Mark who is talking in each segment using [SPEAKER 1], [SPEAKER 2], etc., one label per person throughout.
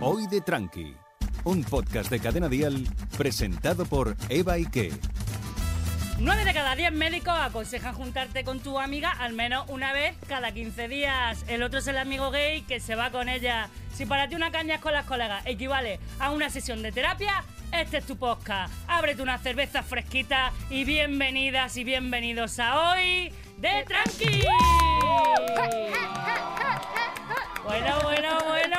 [SPEAKER 1] Hoy de Tranqui, un podcast de Cadena Dial presentado por Eva Ike.
[SPEAKER 2] 9 de cada 10 médicos aconsejan juntarte con tu amiga al menos una vez cada 15 días. El otro es el amigo gay que se va con ella. Si para ti una caña con las colegas equivale a una sesión de terapia, este es tu podcast. Ábrete una cerveza fresquita y bienvenidas y bienvenidos a hoy de Tranqui. Bueno, bueno, bueno.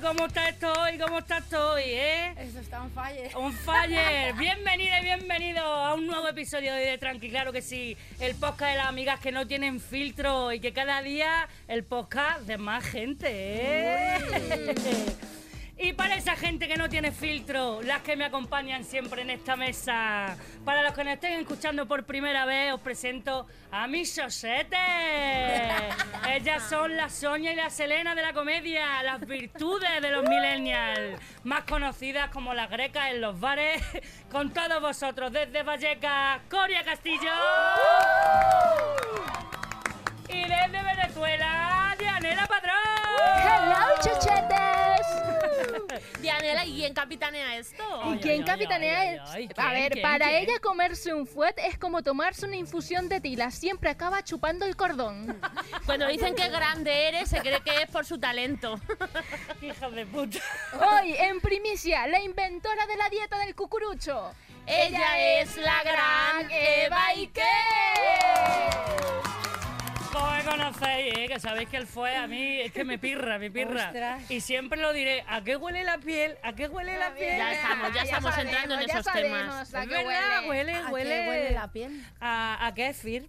[SPEAKER 2] ¿Cómo está esto hoy? ¿Cómo está esto hoy, eh?
[SPEAKER 3] Eso está un falle.
[SPEAKER 2] Un fire. Bienvenido y bienvenido a un nuevo episodio de Tranqui. Claro que sí. El podcast de las amigas que no tienen filtro y que cada día el podcast de más gente. ¿eh? Y para esa gente que no tiene filtro, las que me acompañan siempre en esta mesa, para los que nos estén escuchando por primera vez, os presento a mis sosetes. Ellas son la Sonia y la Selena de la comedia, las virtudes de los millennials, más conocidas como las grecas en los bares. Con todos vosotros, desde Vallecas, Coria Castillo. Y desde Venezuela, Dianela Padrón.
[SPEAKER 3] ¡Hello, chuchetes!
[SPEAKER 4] Dianela, ¿y quién capitanea esto?
[SPEAKER 2] Ay,
[SPEAKER 3] ¿Y quién
[SPEAKER 2] ay,
[SPEAKER 3] capitanea
[SPEAKER 2] ay,
[SPEAKER 3] es?
[SPEAKER 2] ay, ay,
[SPEAKER 3] A
[SPEAKER 2] ¿quién,
[SPEAKER 3] ver,
[SPEAKER 2] quién,
[SPEAKER 3] para
[SPEAKER 2] quién?
[SPEAKER 3] ella comerse un fuet es como tomarse una infusión de tila. Siempre acaba chupando el cordón.
[SPEAKER 4] Cuando dicen que grande eres, se cree que es por su talento.
[SPEAKER 2] Hijas de puta.
[SPEAKER 3] Hoy, en primicia, la inventora de la dieta del cucurucho.
[SPEAKER 4] Ella es la gran Eva Ike.
[SPEAKER 2] Como me conocéis, eh? que sabéis que él fue a mí, es que me pirra, me pirra.
[SPEAKER 3] Ostras.
[SPEAKER 2] Y siempre lo diré, ¿a qué huele la piel? ¿A qué huele la piel?
[SPEAKER 4] Ya estamos, ya estamos
[SPEAKER 3] sabemos,
[SPEAKER 4] entrando en
[SPEAKER 3] ya
[SPEAKER 4] esos
[SPEAKER 3] sabemos
[SPEAKER 4] temas.
[SPEAKER 3] la
[SPEAKER 2] Es
[SPEAKER 3] que
[SPEAKER 2] verdad, huele,
[SPEAKER 5] ¿A qué
[SPEAKER 2] Ah, huele.
[SPEAKER 5] huele la piel?
[SPEAKER 2] ¿A, a qué fir?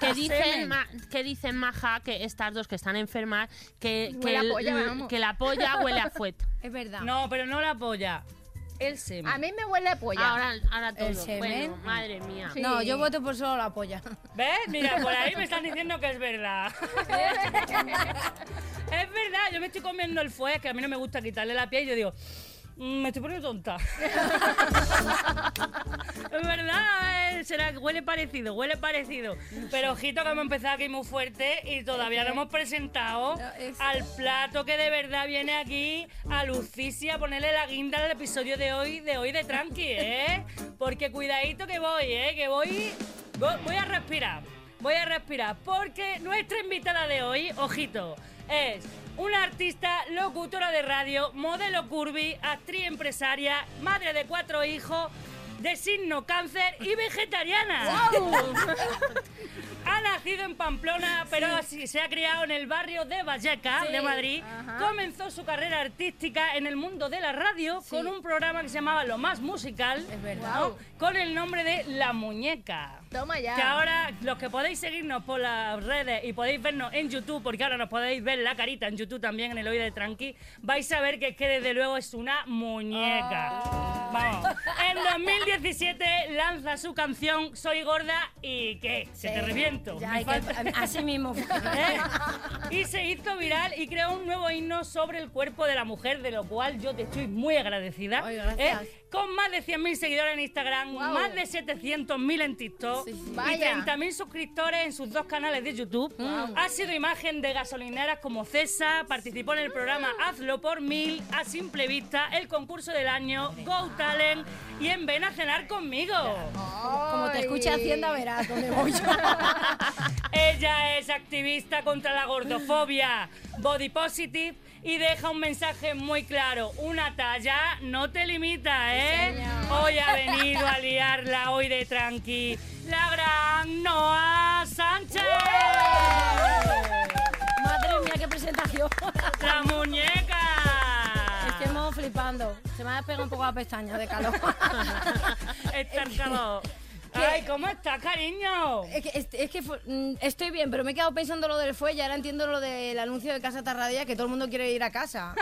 [SPEAKER 4] Que dicen,
[SPEAKER 2] semen.
[SPEAKER 4] ma- que dicen, Maja, que estas dos que están enfermas, que,
[SPEAKER 3] Huele
[SPEAKER 4] que,
[SPEAKER 3] a
[SPEAKER 4] el-
[SPEAKER 3] polla, vamos.
[SPEAKER 4] que la polla huele a fuet.
[SPEAKER 5] Es verdad.
[SPEAKER 2] No, pero no la polla. El semen.
[SPEAKER 3] A mí me huele a polla.
[SPEAKER 4] Ahora, ahora todo.
[SPEAKER 5] El semen.
[SPEAKER 4] Bueno, madre mía.
[SPEAKER 3] Sí.
[SPEAKER 5] No, yo voto por solo la polla.
[SPEAKER 2] ¿Ves? Mira, por ahí me están diciendo que es verdad. es verdad, yo me estoy comiendo el fuego, que a mí no me gusta quitarle la piel y yo digo, "Mm, me estoy poniendo tonta. es verdad, eh, será que huele parecido, huele parecido. Pero ojito que hemos empezado aquí muy fuerte y todavía no hemos presentado
[SPEAKER 5] No, es-
[SPEAKER 2] al plato que de verdad viene aquí a Lucicia a ponerle la guinda al episodio de hoy, de hoy de Tranqui, ¿eh? Porque cuidadito que voy, ¿eh? Que voy, voy, voy a respirar, voy a respirar, porque nuestra invitada de hoy, ojito, es una artista, locutora de radio, modelo curvy, actriz empresaria, madre de cuatro hijos, de signo cáncer y vegetariana. Ha nacido en Pamplona, pero sí, se ha criado en el barrio de Vallecas, de Madrid. Comenzó su carrera artística en el mundo de la radio con un programa que se llamaba Lo Más Musical,
[SPEAKER 5] Es verdad.
[SPEAKER 2] ¿no? con el nombre de La Muñeca.
[SPEAKER 3] Toma ya.
[SPEAKER 2] Que ahora los que podéis seguirnos por las redes y podéis vernos en YouTube, porque ahora nos podéis ver la carita en YouTube también en el oído de Tranqui, vais a ver que, es que desde luego es una muñeca.
[SPEAKER 5] Ah.
[SPEAKER 2] Vamos. En 2017 lanza su canción Soy gorda y ¿qué? Se te reviento.
[SPEAKER 5] Ya,
[SPEAKER 2] Me
[SPEAKER 5] hay que-
[SPEAKER 2] falta-
[SPEAKER 5] así mismo.
[SPEAKER 2] ¿eh? Y se hizo viral y creó un nuevo himno sobre el cuerpo de la mujer, de lo cual yo te estoy muy agradecida.
[SPEAKER 5] Ay, gracias.
[SPEAKER 2] ¿eh? Con más de 100.000 seguidores en Instagram,
[SPEAKER 3] Guau.
[SPEAKER 2] más de 700.000 en TikTok
[SPEAKER 5] Sí, sí.
[SPEAKER 2] y
[SPEAKER 3] Vaya.
[SPEAKER 2] 30.000 suscriptores en sus dos canales de YouTube. Ha sido imagen de gasolineras como Cesa, participó en el programa
[SPEAKER 5] Ah.
[SPEAKER 2] Hazlo por Mil, A Simple Vista, El Concurso del Año, Go Talent y en Ven a Cenar Conmigo.
[SPEAKER 5] Como te escuche Hacienda, verás dónde voy yo.
[SPEAKER 2] Ella es activista contra la gordofobia, body positive y deja un mensaje muy claro. Una talla no te limita, ¿eh? hoy ha venido a liarla hoy de tranqui. La gran Noa Sánchez.
[SPEAKER 5] Madre mía, qué presentación.
[SPEAKER 2] La
[SPEAKER 5] Es que
[SPEAKER 2] muñeca.
[SPEAKER 5] hemos flipando. Se me ha despegado un poco la pestaña de calor.
[SPEAKER 2] Estarcado. Ay, ¿cómo estás, cariño?
[SPEAKER 5] Es que, es, es que fu- mm, estoy bien, pero me he quedado pensando lo del fuelle. Ahora entiendo lo del anuncio de Casa Tarradella, que todo el mundo quiere ir a casa.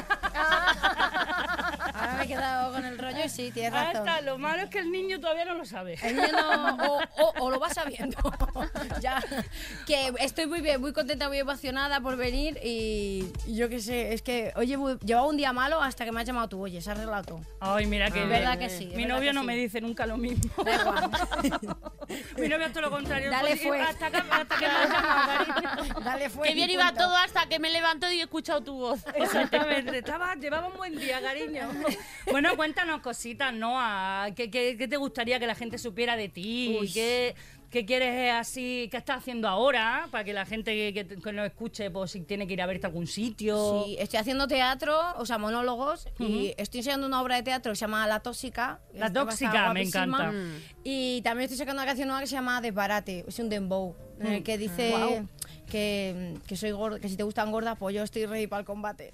[SPEAKER 5] Ahora me he quedado con el rollo, sí, tienes
[SPEAKER 2] Ah,
[SPEAKER 5] razón.
[SPEAKER 2] está, lo malo es que el niño todavía no lo sabe.
[SPEAKER 5] El niño no- o, o- o lo va sabiendo. ya. Que estoy muy bien, muy contenta, muy emocionada por venir y y yo qué sé, es que hoy llevo- llevaba un día malo hasta que me has llamado tú, oye, se ha arreglado todo.
[SPEAKER 2] Ay, mira que...
[SPEAKER 5] Es verdad que sí. es
[SPEAKER 2] Mi
[SPEAKER 5] verdad
[SPEAKER 2] novio
[SPEAKER 5] que
[SPEAKER 2] no
[SPEAKER 5] sí.
[SPEAKER 2] me dice nunca lo mismo.
[SPEAKER 5] Da igual,
[SPEAKER 2] Mi novio es todo lo contrario.
[SPEAKER 5] Dale,
[SPEAKER 2] Pues,
[SPEAKER 5] pues.
[SPEAKER 2] Hasta que, hasta que me ha llamado, cariño.
[SPEAKER 5] dale fuerte.
[SPEAKER 4] Que bien iba todo hasta que me levanto y he escuchado tu voz.
[SPEAKER 2] Exactamente, estaba, llevaba un buen día, cariño. Bueno, cuéntanos cositas, Noah. ¿Qué, qué, qué te gustaría que la gente supiera de ti? ¿Qué, qué quieres eh, así? ¿Qué estás haciendo ahora? Para que la gente que, que te- que nos escuche, pues si tiene que ir a verte a algún sitio.
[SPEAKER 5] Sí, estoy haciendo teatro, o sea, monólogos, y estoy enseñando una obra de teatro que se llama La Tóxica. que
[SPEAKER 2] La
[SPEAKER 5] está- va a estar
[SPEAKER 2] Tóxica, me
[SPEAKER 5] guapísima. Mm.
[SPEAKER 2] encanta.
[SPEAKER 5] Y también estoy sacando una canción nueva que se llama Desbarate, es un dembow,
[SPEAKER 2] Mm.
[SPEAKER 5] en el que dice que, que soy gorda, que si te gustan gordas, pues yo estoy ready para el combate.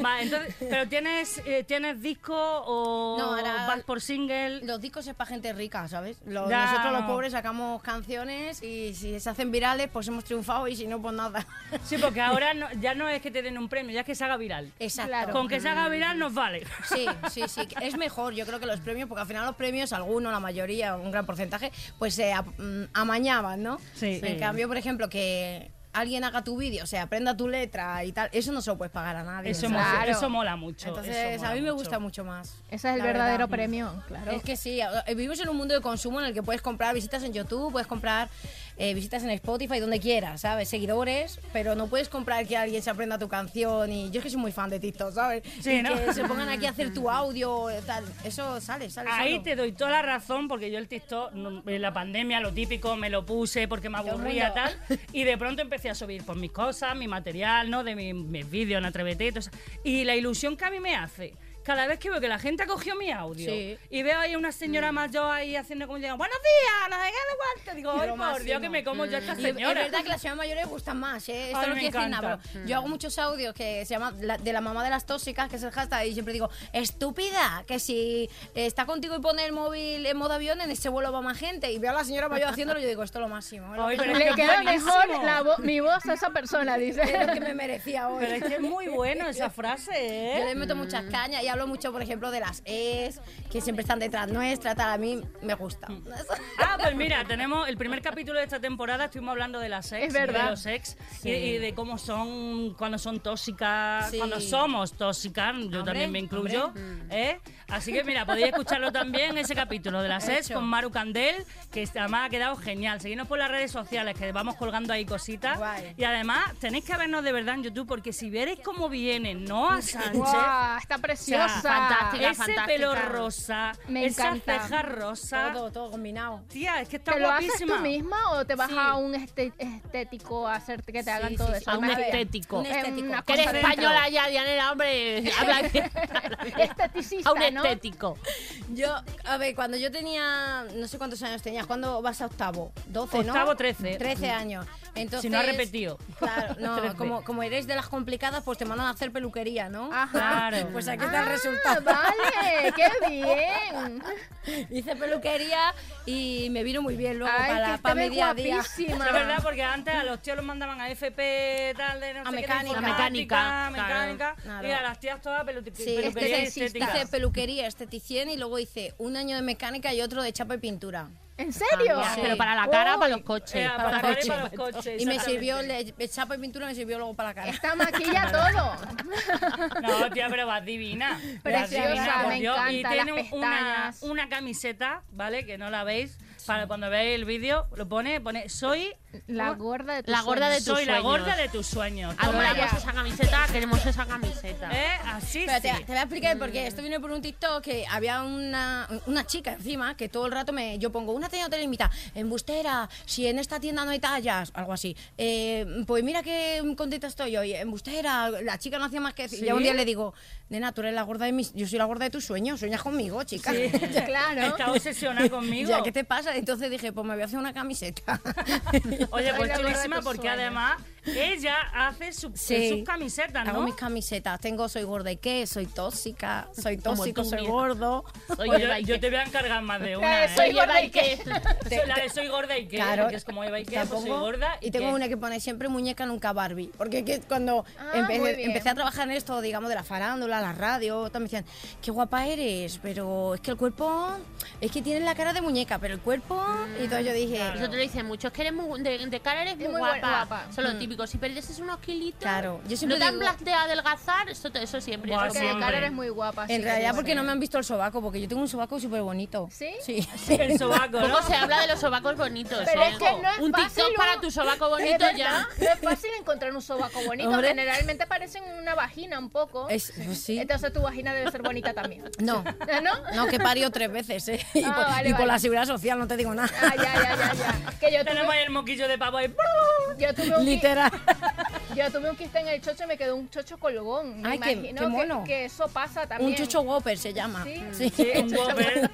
[SPEAKER 2] Vale, Ah, entonces, ¿pero tienes, eh, tienes disco o
[SPEAKER 5] No, ahora-
[SPEAKER 2] vas por single?
[SPEAKER 5] Los discos es para gente rica, ¿sabes? Lo-
[SPEAKER 2] Ya.
[SPEAKER 5] Nosotros los pobres sacamos canciones y si se hacen virales, pues hemos triunfado y si no, pues nada.
[SPEAKER 2] Sí, porque ahora no- ya no es que te den un premio, ya es que se haga viral.
[SPEAKER 5] Exacto.
[SPEAKER 3] Claro.
[SPEAKER 2] Con que se haga viral nos vale.
[SPEAKER 5] Sí, sí, sí. Es mejor, yo creo que los premios, porque al final los premios, algunos, la mayoría, un gran porcentaje, pues se a- mm, amañaban, ¿no?
[SPEAKER 2] Sí.
[SPEAKER 5] En
[SPEAKER 2] Sí.
[SPEAKER 5] cambio, por ejemplo, que alguien haga tu vídeo, o sea, aprenda tu letra y tal, eso no se lo puedes pagar a nadie.
[SPEAKER 2] Eso,
[SPEAKER 5] o sea.
[SPEAKER 2] mo-
[SPEAKER 3] Claro.
[SPEAKER 2] eso mola mucho.
[SPEAKER 5] Entonces,
[SPEAKER 2] eso mola
[SPEAKER 5] a mí me
[SPEAKER 2] mucho.
[SPEAKER 5] gusta mucho más.
[SPEAKER 3] Ese es el
[SPEAKER 5] la
[SPEAKER 3] verdadero
[SPEAKER 5] verdad.
[SPEAKER 3] premio, claro.
[SPEAKER 5] Es que sí, a- vivimos en un mundo de consumo en el que puedes comprar visitas en YouTube, puedes comprar eh, visitas en Spotify, donde quieras, ¿sabes? Seguidores, pero no puedes comprar que alguien se aprenda tu canción y yo es que soy muy fan de TikTok, ¿sabes?
[SPEAKER 2] Sí,
[SPEAKER 5] Y
[SPEAKER 2] ¿no?
[SPEAKER 5] Que se pongan aquí a hacer tu audio, eh, tal. Eso sale, sale.
[SPEAKER 2] Ahí
[SPEAKER 5] solo.
[SPEAKER 2] te doy toda la razón, porque yo el TikTok, no- en la pandemia, lo típico, me lo puse porque me
[SPEAKER 5] Todo el
[SPEAKER 2] aburría
[SPEAKER 5] mundo.
[SPEAKER 2] tal. Y de pronto empecé a subir pues, mis cosas, mi material, ¿no? De mi- mis vídeos en Atrévete y todo eso. Y la ilusión que a mí me hace. Cada vez que veo que la gente ha cogido mi audio
[SPEAKER 5] Sí. Mm.
[SPEAKER 2] y veo ahí una señora mayor ahí haciendo como diciendo, buenos días, no sé qué, no sé cuánto". Digo,
[SPEAKER 5] Lo
[SPEAKER 2] ay, por
[SPEAKER 5] máximo.
[SPEAKER 2] Dios, que me como yo a esta
[SPEAKER 5] Y es
[SPEAKER 2] señora.
[SPEAKER 5] verdad que las señoras mayores gustan más, ¿eh? Esto
[SPEAKER 2] Ay,
[SPEAKER 5] no
[SPEAKER 2] me
[SPEAKER 5] quiere decir nada,
[SPEAKER 2] encanta. Mm.
[SPEAKER 5] pero yo hago muchos audios que se llama la- de la mamá de las tóxicas, que es el hashtag, y siempre digo, estúpida, que si eh, está contigo y pone el móvil en modo avión, en ese vuelo va más gente. Y veo a la señora mayor haciéndolo y yo digo, esto es lo máximo. es lo
[SPEAKER 2] Ay,
[SPEAKER 5] que-
[SPEAKER 2] pero es
[SPEAKER 3] Le
[SPEAKER 2] que es
[SPEAKER 3] queda
[SPEAKER 2] buenísimo.
[SPEAKER 3] mejor la vo- mi voz a esa persona,
[SPEAKER 5] es lo
[SPEAKER 3] dice.
[SPEAKER 5] que me merecía hoy.
[SPEAKER 2] Pero es que es muy bueno esa frase, ¿eh?
[SPEAKER 5] Yo le meto muchas cañas y hablo mucho, por ejemplo, de las es que siempre están detrás nuestra, tal. A mí me gusta.
[SPEAKER 2] Ah, pues mira, tenemos el primer capítulo de esta temporada, estuvimos hablando de las ex,
[SPEAKER 3] Es verdad.
[SPEAKER 2] de los ex, y, y de cómo son, cuando son tóxicas,
[SPEAKER 5] Sí.
[SPEAKER 2] cuando somos tóxicas, yo
[SPEAKER 5] Hombre,
[SPEAKER 2] también me incluyo, ¿eh? Así que mira, podéis escucharlo también, ese capítulo de las ex
[SPEAKER 5] Hecho.
[SPEAKER 2] con Maru Candel, que además ha quedado genial. Seguidnos por las redes sociales, que vamos colgando ahí cositas.
[SPEAKER 5] Guay.
[SPEAKER 2] Y además, tenéis que vernos de verdad en YouTube, porque si veréis cómo vienen, ¿no? A Sánchez.
[SPEAKER 3] Guau, está preciosa.
[SPEAKER 4] fantástica.
[SPEAKER 2] Ese
[SPEAKER 4] fantástica.
[SPEAKER 2] pelo rosa,
[SPEAKER 3] Me
[SPEAKER 2] esa
[SPEAKER 3] encanta.
[SPEAKER 2] ceja rosa.
[SPEAKER 5] Todo, todo combinado.
[SPEAKER 2] Tía, es que está
[SPEAKER 3] ¿Te lo haces
[SPEAKER 2] guapísima.
[SPEAKER 3] tú misma o te vas
[SPEAKER 2] Sí.
[SPEAKER 3] a un este- estético a hacerte que te hagan
[SPEAKER 5] Sí,
[SPEAKER 3] todo
[SPEAKER 5] sí, sí.
[SPEAKER 3] eso?
[SPEAKER 4] A un
[SPEAKER 3] Además,
[SPEAKER 5] ver,
[SPEAKER 4] estético.
[SPEAKER 5] un estético.
[SPEAKER 3] una
[SPEAKER 4] Que eres
[SPEAKER 3] cosa
[SPEAKER 5] Concentro.
[SPEAKER 4] española ya, Dianera, hombre. Habla bien.
[SPEAKER 3] Esteticista,
[SPEAKER 4] A un
[SPEAKER 3] ¿no?
[SPEAKER 4] estético.
[SPEAKER 5] Yo, a ver, cuando yo tenía, no sé cuántos años tenías, ¿cuándo vas a octavo? 12, ¿no?
[SPEAKER 2] Octavo, 13.
[SPEAKER 5] 13 años. Entonces,
[SPEAKER 2] Si no ha repetido.
[SPEAKER 5] Claro,
[SPEAKER 2] 13.
[SPEAKER 5] no, como, como eres de las complicadas, pues te mandan a hacer peluquería, ¿no?
[SPEAKER 3] Ajá.
[SPEAKER 2] Claro.
[SPEAKER 5] Pues aquí está el
[SPEAKER 3] Ah,
[SPEAKER 5] resultado.
[SPEAKER 3] vale, qué bien.
[SPEAKER 5] Hice peluquería y me vino muy bien luego
[SPEAKER 3] Ay,
[SPEAKER 5] para,
[SPEAKER 3] que
[SPEAKER 5] para
[SPEAKER 3] te
[SPEAKER 5] mi
[SPEAKER 3] ves
[SPEAKER 5] día a día.
[SPEAKER 3] guapísima.
[SPEAKER 2] es verdad, porque antes a los tíos los mandaban a FP, tal, de no
[SPEAKER 5] A
[SPEAKER 2] sé qué, de
[SPEAKER 5] mecánica.
[SPEAKER 2] informática,
[SPEAKER 4] A mecánica,
[SPEAKER 2] mecánica,
[SPEAKER 5] claro.
[SPEAKER 2] y a las tías todas pelu-
[SPEAKER 5] Sí,
[SPEAKER 2] peluquería y
[SPEAKER 5] este,
[SPEAKER 2] estética.
[SPEAKER 5] hice peluquería, esteticien y luego hice un año de mecánica y otro de chapa y pintura.
[SPEAKER 3] ¿En serio?
[SPEAKER 4] Ah, Pero para la cara, para los coches.
[SPEAKER 2] Eh,
[SPEAKER 5] Para
[SPEAKER 2] para,
[SPEAKER 5] los
[SPEAKER 2] para,
[SPEAKER 5] coches.
[SPEAKER 2] para los coches.
[SPEAKER 5] Y me
[SPEAKER 2] exactamente.
[SPEAKER 5] sirvió, el de el chapa y pintura me sirvió luego para la cara.
[SPEAKER 3] Esta maquilla todo.
[SPEAKER 2] No, tía, pero vas divina. Vas
[SPEAKER 3] Preciosa,
[SPEAKER 2] divina, por
[SPEAKER 3] me
[SPEAKER 2] Dios. Y
[SPEAKER 3] encanta,
[SPEAKER 2] tiene
[SPEAKER 3] las
[SPEAKER 2] una,
[SPEAKER 3] pestañas.
[SPEAKER 2] una camiseta, ¿vale? Que no la veis. Para cuando veáis el vídeo, lo pone, pone, soy,
[SPEAKER 3] La gorda de tus
[SPEAKER 4] La gorda de
[SPEAKER 3] sueños.
[SPEAKER 4] tus
[SPEAKER 2] soy la
[SPEAKER 4] sueños.
[SPEAKER 2] gorda de tus sueños. Toma
[SPEAKER 4] Adoramos
[SPEAKER 2] ya.
[SPEAKER 4] esa camiseta, queremos esa camiseta.
[SPEAKER 2] ¿Eh? Así
[SPEAKER 5] Pero
[SPEAKER 2] sí.
[SPEAKER 5] te, te voy a explicar porque esto viene por un TikTok que había una, una chica encima que todo el rato me yo pongo una talla no te limita, embustera, si en esta tienda no hay tallas, algo así. Eh, pues mira qué contenta estoy hoy, embustera, la chica no hacía más que decir.
[SPEAKER 2] ¿Sí?
[SPEAKER 5] Y un día le digo, nena, tú eres la gorda de mis, yo soy la gorda de tus sueños, sueñas conmigo, chica.
[SPEAKER 3] Claro.
[SPEAKER 2] Está obsesionada conmigo.
[SPEAKER 5] Ya, ¿qué te pasa? Entonces dije, pues me voy a hacer una camiseta.
[SPEAKER 2] Oye,
[SPEAKER 3] Soy
[SPEAKER 2] pues
[SPEAKER 3] la gorda de
[SPEAKER 2] chulísima
[SPEAKER 3] tus
[SPEAKER 2] porque
[SPEAKER 3] sueños.
[SPEAKER 2] además Ella hace su-
[SPEAKER 5] Sí.
[SPEAKER 2] sus camisetas, ¿no?
[SPEAKER 5] Hago mis camisetas. Tengo soy gorda y qué, soy tóxica, soy
[SPEAKER 4] Como
[SPEAKER 5] tóxico,
[SPEAKER 4] tú,
[SPEAKER 5] soy
[SPEAKER 4] mira.
[SPEAKER 5] gordo.
[SPEAKER 4] Soy
[SPEAKER 2] pues Yo,
[SPEAKER 4] Eva y
[SPEAKER 2] yo
[SPEAKER 4] que-
[SPEAKER 2] te voy a encargar más de una. ¿eh?
[SPEAKER 3] soy gorda y
[SPEAKER 4] que-
[SPEAKER 2] Soy la de soy gorda y qué.
[SPEAKER 5] Claro,
[SPEAKER 2] porque es como Eva y qué, pues soy
[SPEAKER 5] tampoco-
[SPEAKER 2] gorda.
[SPEAKER 5] Y tengo
[SPEAKER 2] qué.
[SPEAKER 5] una que pone siempre muñeca, nunca Barbie. Porque que cuando
[SPEAKER 3] Ah, muy
[SPEAKER 5] empecé,
[SPEAKER 3] bien.
[SPEAKER 5] empecé a trabajar en esto, digamos, de la farándula, la radio, también decían, qué guapa eres, pero es que el cuerpo, es que tienes la cara de muñeca, pero el cuerpo...
[SPEAKER 3] Mm,
[SPEAKER 5] Y entonces yo dije,
[SPEAKER 4] Eso te lo dicen mucho, es que eres muy, de, de cara eres muy,
[SPEAKER 3] muy
[SPEAKER 4] guapa.
[SPEAKER 3] buen- guapa.
[SPEAKER 4] Son los típicos. Si perdieses unos kilitos,
[SPEAKER 5] Claro, yo
[SPEAKER 4] no
[SPEAKER 5] siempre
[SPEAKER 4] te han
[SPEAKER 5] digo-
[SPEAKER 4] plan de adelgazar, eso, te- eso siempre. eso
[SPEAKER 2] Buah,
[SPEAKER 3] Porque
[SPEAKER 4] como-
[SPEAKER 3] de
[SPEAKER 2] siempre.
[SPEAKER 3] cara eres muy guapa. sí,
[SPEAKER 5] "Ah, en
[SPEAKER 3] que
[SPEAKER 5] realidad
[SPEAKER 3] sí,
[SPEAKER 5] porque no
[SPEAKER 3] bueno.
[SPEAKER 5] me han visto el sobaco, porque yo tengo un sobaco súper bonito.
[SPEAKER 3] ¿Sí?
[SPEAKER 5] Sí.
[SPEAKER 2] El sobaco, ¿no?
[SPEAKER 4] ¿Cómo se habla de los sobacos bonitos?
[SPEAKER 3] Pero
[SPEAKER 4] eh?
[SPEAKER 3] es que no es
[SPEAKER 4] un
[SPEAKER 3] fácil,
[SPEAKER 4] TikTok
[SPEAKER 3] un-
[SPEAKER 4] para tu sobaco
[SPEAKER 3] Es
[SPEAKER 4] bonito
[SPEAKER 3] verdad,
[SPEAKER 4] ya.
[SPEAKER 3] No es fácil encontrar un sobaco bonito.
[SPEAKER 5] Hombre.
[SPEAKER 3] Generalmente parecen una vagina un poco.
[SPEAKER 5] Es- pues sí.
[SPEAKER 3] Entonces tu vagina debe ser bonita también.
[SPEAKER 5] No,
[SPEAKER 3] ¿No?
[SPEAKER 5] no, que parió tres veces, ¿eh? Y,
[SPEAKER 3] Ah,
[SPEAKER 5] por,
[SPEAKER 3] vale,
[SPEAKER 5] y por
[SPEAKER 3] vale.
[SPEAKER 5] la seguridad social no te digo nada.
[SPEAKER 3] Ah, ya, ya, ya, ya. Que yo
[SPEAKER 2] Tenemos ahí
[SPEAKER 3] tuve,
[SPEAKER 2] el moquillo de pavo ahí.
[SPEAKER 3] yo tuve un qui-
[SPEAKER 5] Literal.
[SPEAKER 3] Yo tuve un quiste en el chocho y me quedó un chocho colgón. Me
[SPEAKER 5] Ay, qué-
[SPEAKER 3] imagino
[SPEAKER 5] qué
[SPEAKER 3] que-
[SPEAKER 5] mono.
[SPEAKER 3] Que, eso pasa también.
[SPEAKER 5] Un chucho whopper se llama.
[SPEAKER 3] Sí.
[SPEAKER 2] Sí, un Whopper.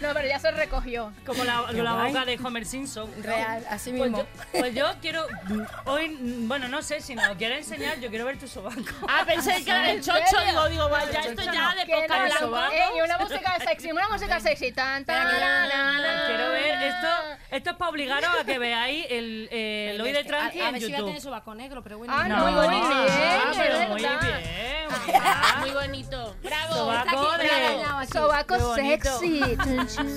[SPEAKER 3] No, pero ya se recogió.
[SPEAKER 2] Como la,
[SPEAKER 5] Qué
[SPEAKER 2] la
[SPEAKER 5] guay.
[SPEAKER 2] boca de Homer Simpson.
[SPEAKER 5] Real, así
[SPEAKER 2] Pues
[SPEAKER 5] mismo.
[SPEAKER 2] yo, pues yo quiero. Hoy, bueno, no sé si nos lo quieres enseñar, yo quiero ver tu sobaco.
[SPEAKER 4] Ah, pensé que era el
[SPEAKER 3] ¿En
[SPEAKER 4] chocho,
[SPEAKER 3] serio?
[SPEAKER 4] digo, digo, vaya, esto ya de
[SPEAKER 3] Que
[SPEAKER 4] poca
[SPEAKER 3] no,
[SPEAKER 4] blanco.
[SPEAKER 3] eh, y una música sexy, una música sexy. Tan, tan,
[SPEAKER 5] Espera, que
[SPEAKER 3] na, na, na.
[SPEAKER 2] Quiero ver. Esto, esto es para obligaros a que veáis el, eh, el hoy de Tranqui
[SPEAKER 5] este, a, a
[SPEAKER 2] en
[SPEAKER 5] ver si voy a
[SPEAKER 2] YouTube.
[SPEAKER 5] tener sobaco negro, pero bueno.
[SPEAKER 3] Ah,
[SPEAKER 2] No,
[SPEAKER 3] Muy bonito,
[SPEAKER 2] ah,
[SPEAKER 3] de
[SPEAKER 2] pero muy
[SPEAKER 3] verdad.
[SPEAKER 2] bien.
[SPEAKER 4] Muy bonito. Bravo.
[SPEAKER 2] Sobaco de- Qué
[SPEAKER 3] Sobaco
[SPEAKER 2] bonito.
[SPEAKER 3] sexy. Chun, chun.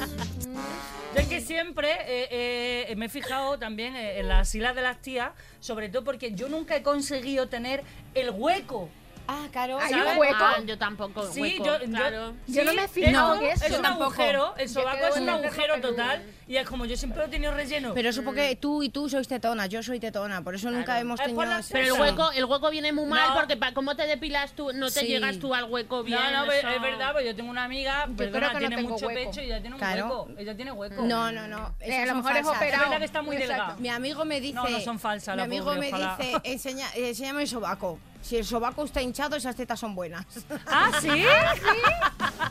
[SPEAKER 2] Yo es que siempre eh, eh, me he fijado también eh, en las islas de las tías, sobre todo porque yo nunca he conseguido tener el hueco.
[SPEAKER 5] Ah, claro.
[SPEAKER 3] Hay
[SPEAKER 2] ¿Sabes?
[SPEAKER 3] un hueco.
[SPEAKER 4] Ah, yo tampoco.
[SPEAKER 2] Sí,
[SPEAKER 4] hueco,
[SPEAKER 2] yo, yo-
[SPEAKER 4] claro.
[SPEAKER 2] sí,
[SPEAKER 3] Yo no me he fijado
[SPEAKER 2] esto
[SPEAKER 3] en eso.
[SPEAKER 2] Es un
[SPEAKER 5] Tampoco.
[SPEAKER 2] agujero, el sobaco
[SPEAKER 3] quedo
[SPEAKER 2] es un
[SPEAKER 3] en el
[SPEAKER 2] agujero
[SPEAKER 3] perro
[SPEAKER 2] total y es como yo siempre lo he tenido relleno.
[SPEAKER 5] Pero eso porque tú y tú sois tetona, yo soy tetona, por eso nunca hemos
[SPEAKER 2] Eh, por
[SPEAKER 5] tenido...
[SPEAKER 2] la-
[SPEAKER 5] ese-
[SPEAKER 4] Pero el hueco, el hueco viene muy mal
[SPEAKER 2] No.
[SPEAKER 4] porque pa, cómo te depilas tú, no te
[SPEAKER 5] Sí.
[SPEAKER 4] llegas tú al hueco bien.
[SPEAKER 2] no, no, pero
[SPEAKER 4] eso.
[SPEAKER 2] es verdad, pues yo tengo una amiga, perdona,
[SPEAKER 3] creo que no
[SPEAKER 2] tiene
[SPEAKER 3] tengo
[SPEAKER 2] mucho
[SPEAKER 3] hueco.
[SPEAKER 2] pecho y ella tiene un
[SPEAKER 5] Claro.
[SPEAKER 2] hueco. Ella tiene hueco.
[SPEAKER 5] No, no, no.
[SPEAKER 3] Eh,
[SPEAKER 5] esas
[SPEAKER 3] a lo
[SPEAKER 5] son
[SPEAKER 3] mejor es
[SPEAKER 5] falsas.
[SPEAKER 3] operado.
[SPEAKER 2] Es verdad que está muy
[SPEAKER 3] Exacto.
[SPEAKER 2] delgada.
[SPEAKER 5] Mi amigo me dice...
[SPEAKER 2] No, no son falsas, la
[SPEAKER 5] Mi amigo
[SPEAKER 2] pobre,
[SPEAKER 5] me
[SPEAKER 2] ojalá.
[SPEAKER 5] dice, Enseña, eh, enséñame el sobaco. Si el sobaco está hinchado, esas tetas son buenas.
[SPEAKER 2] ¿Ah, sí?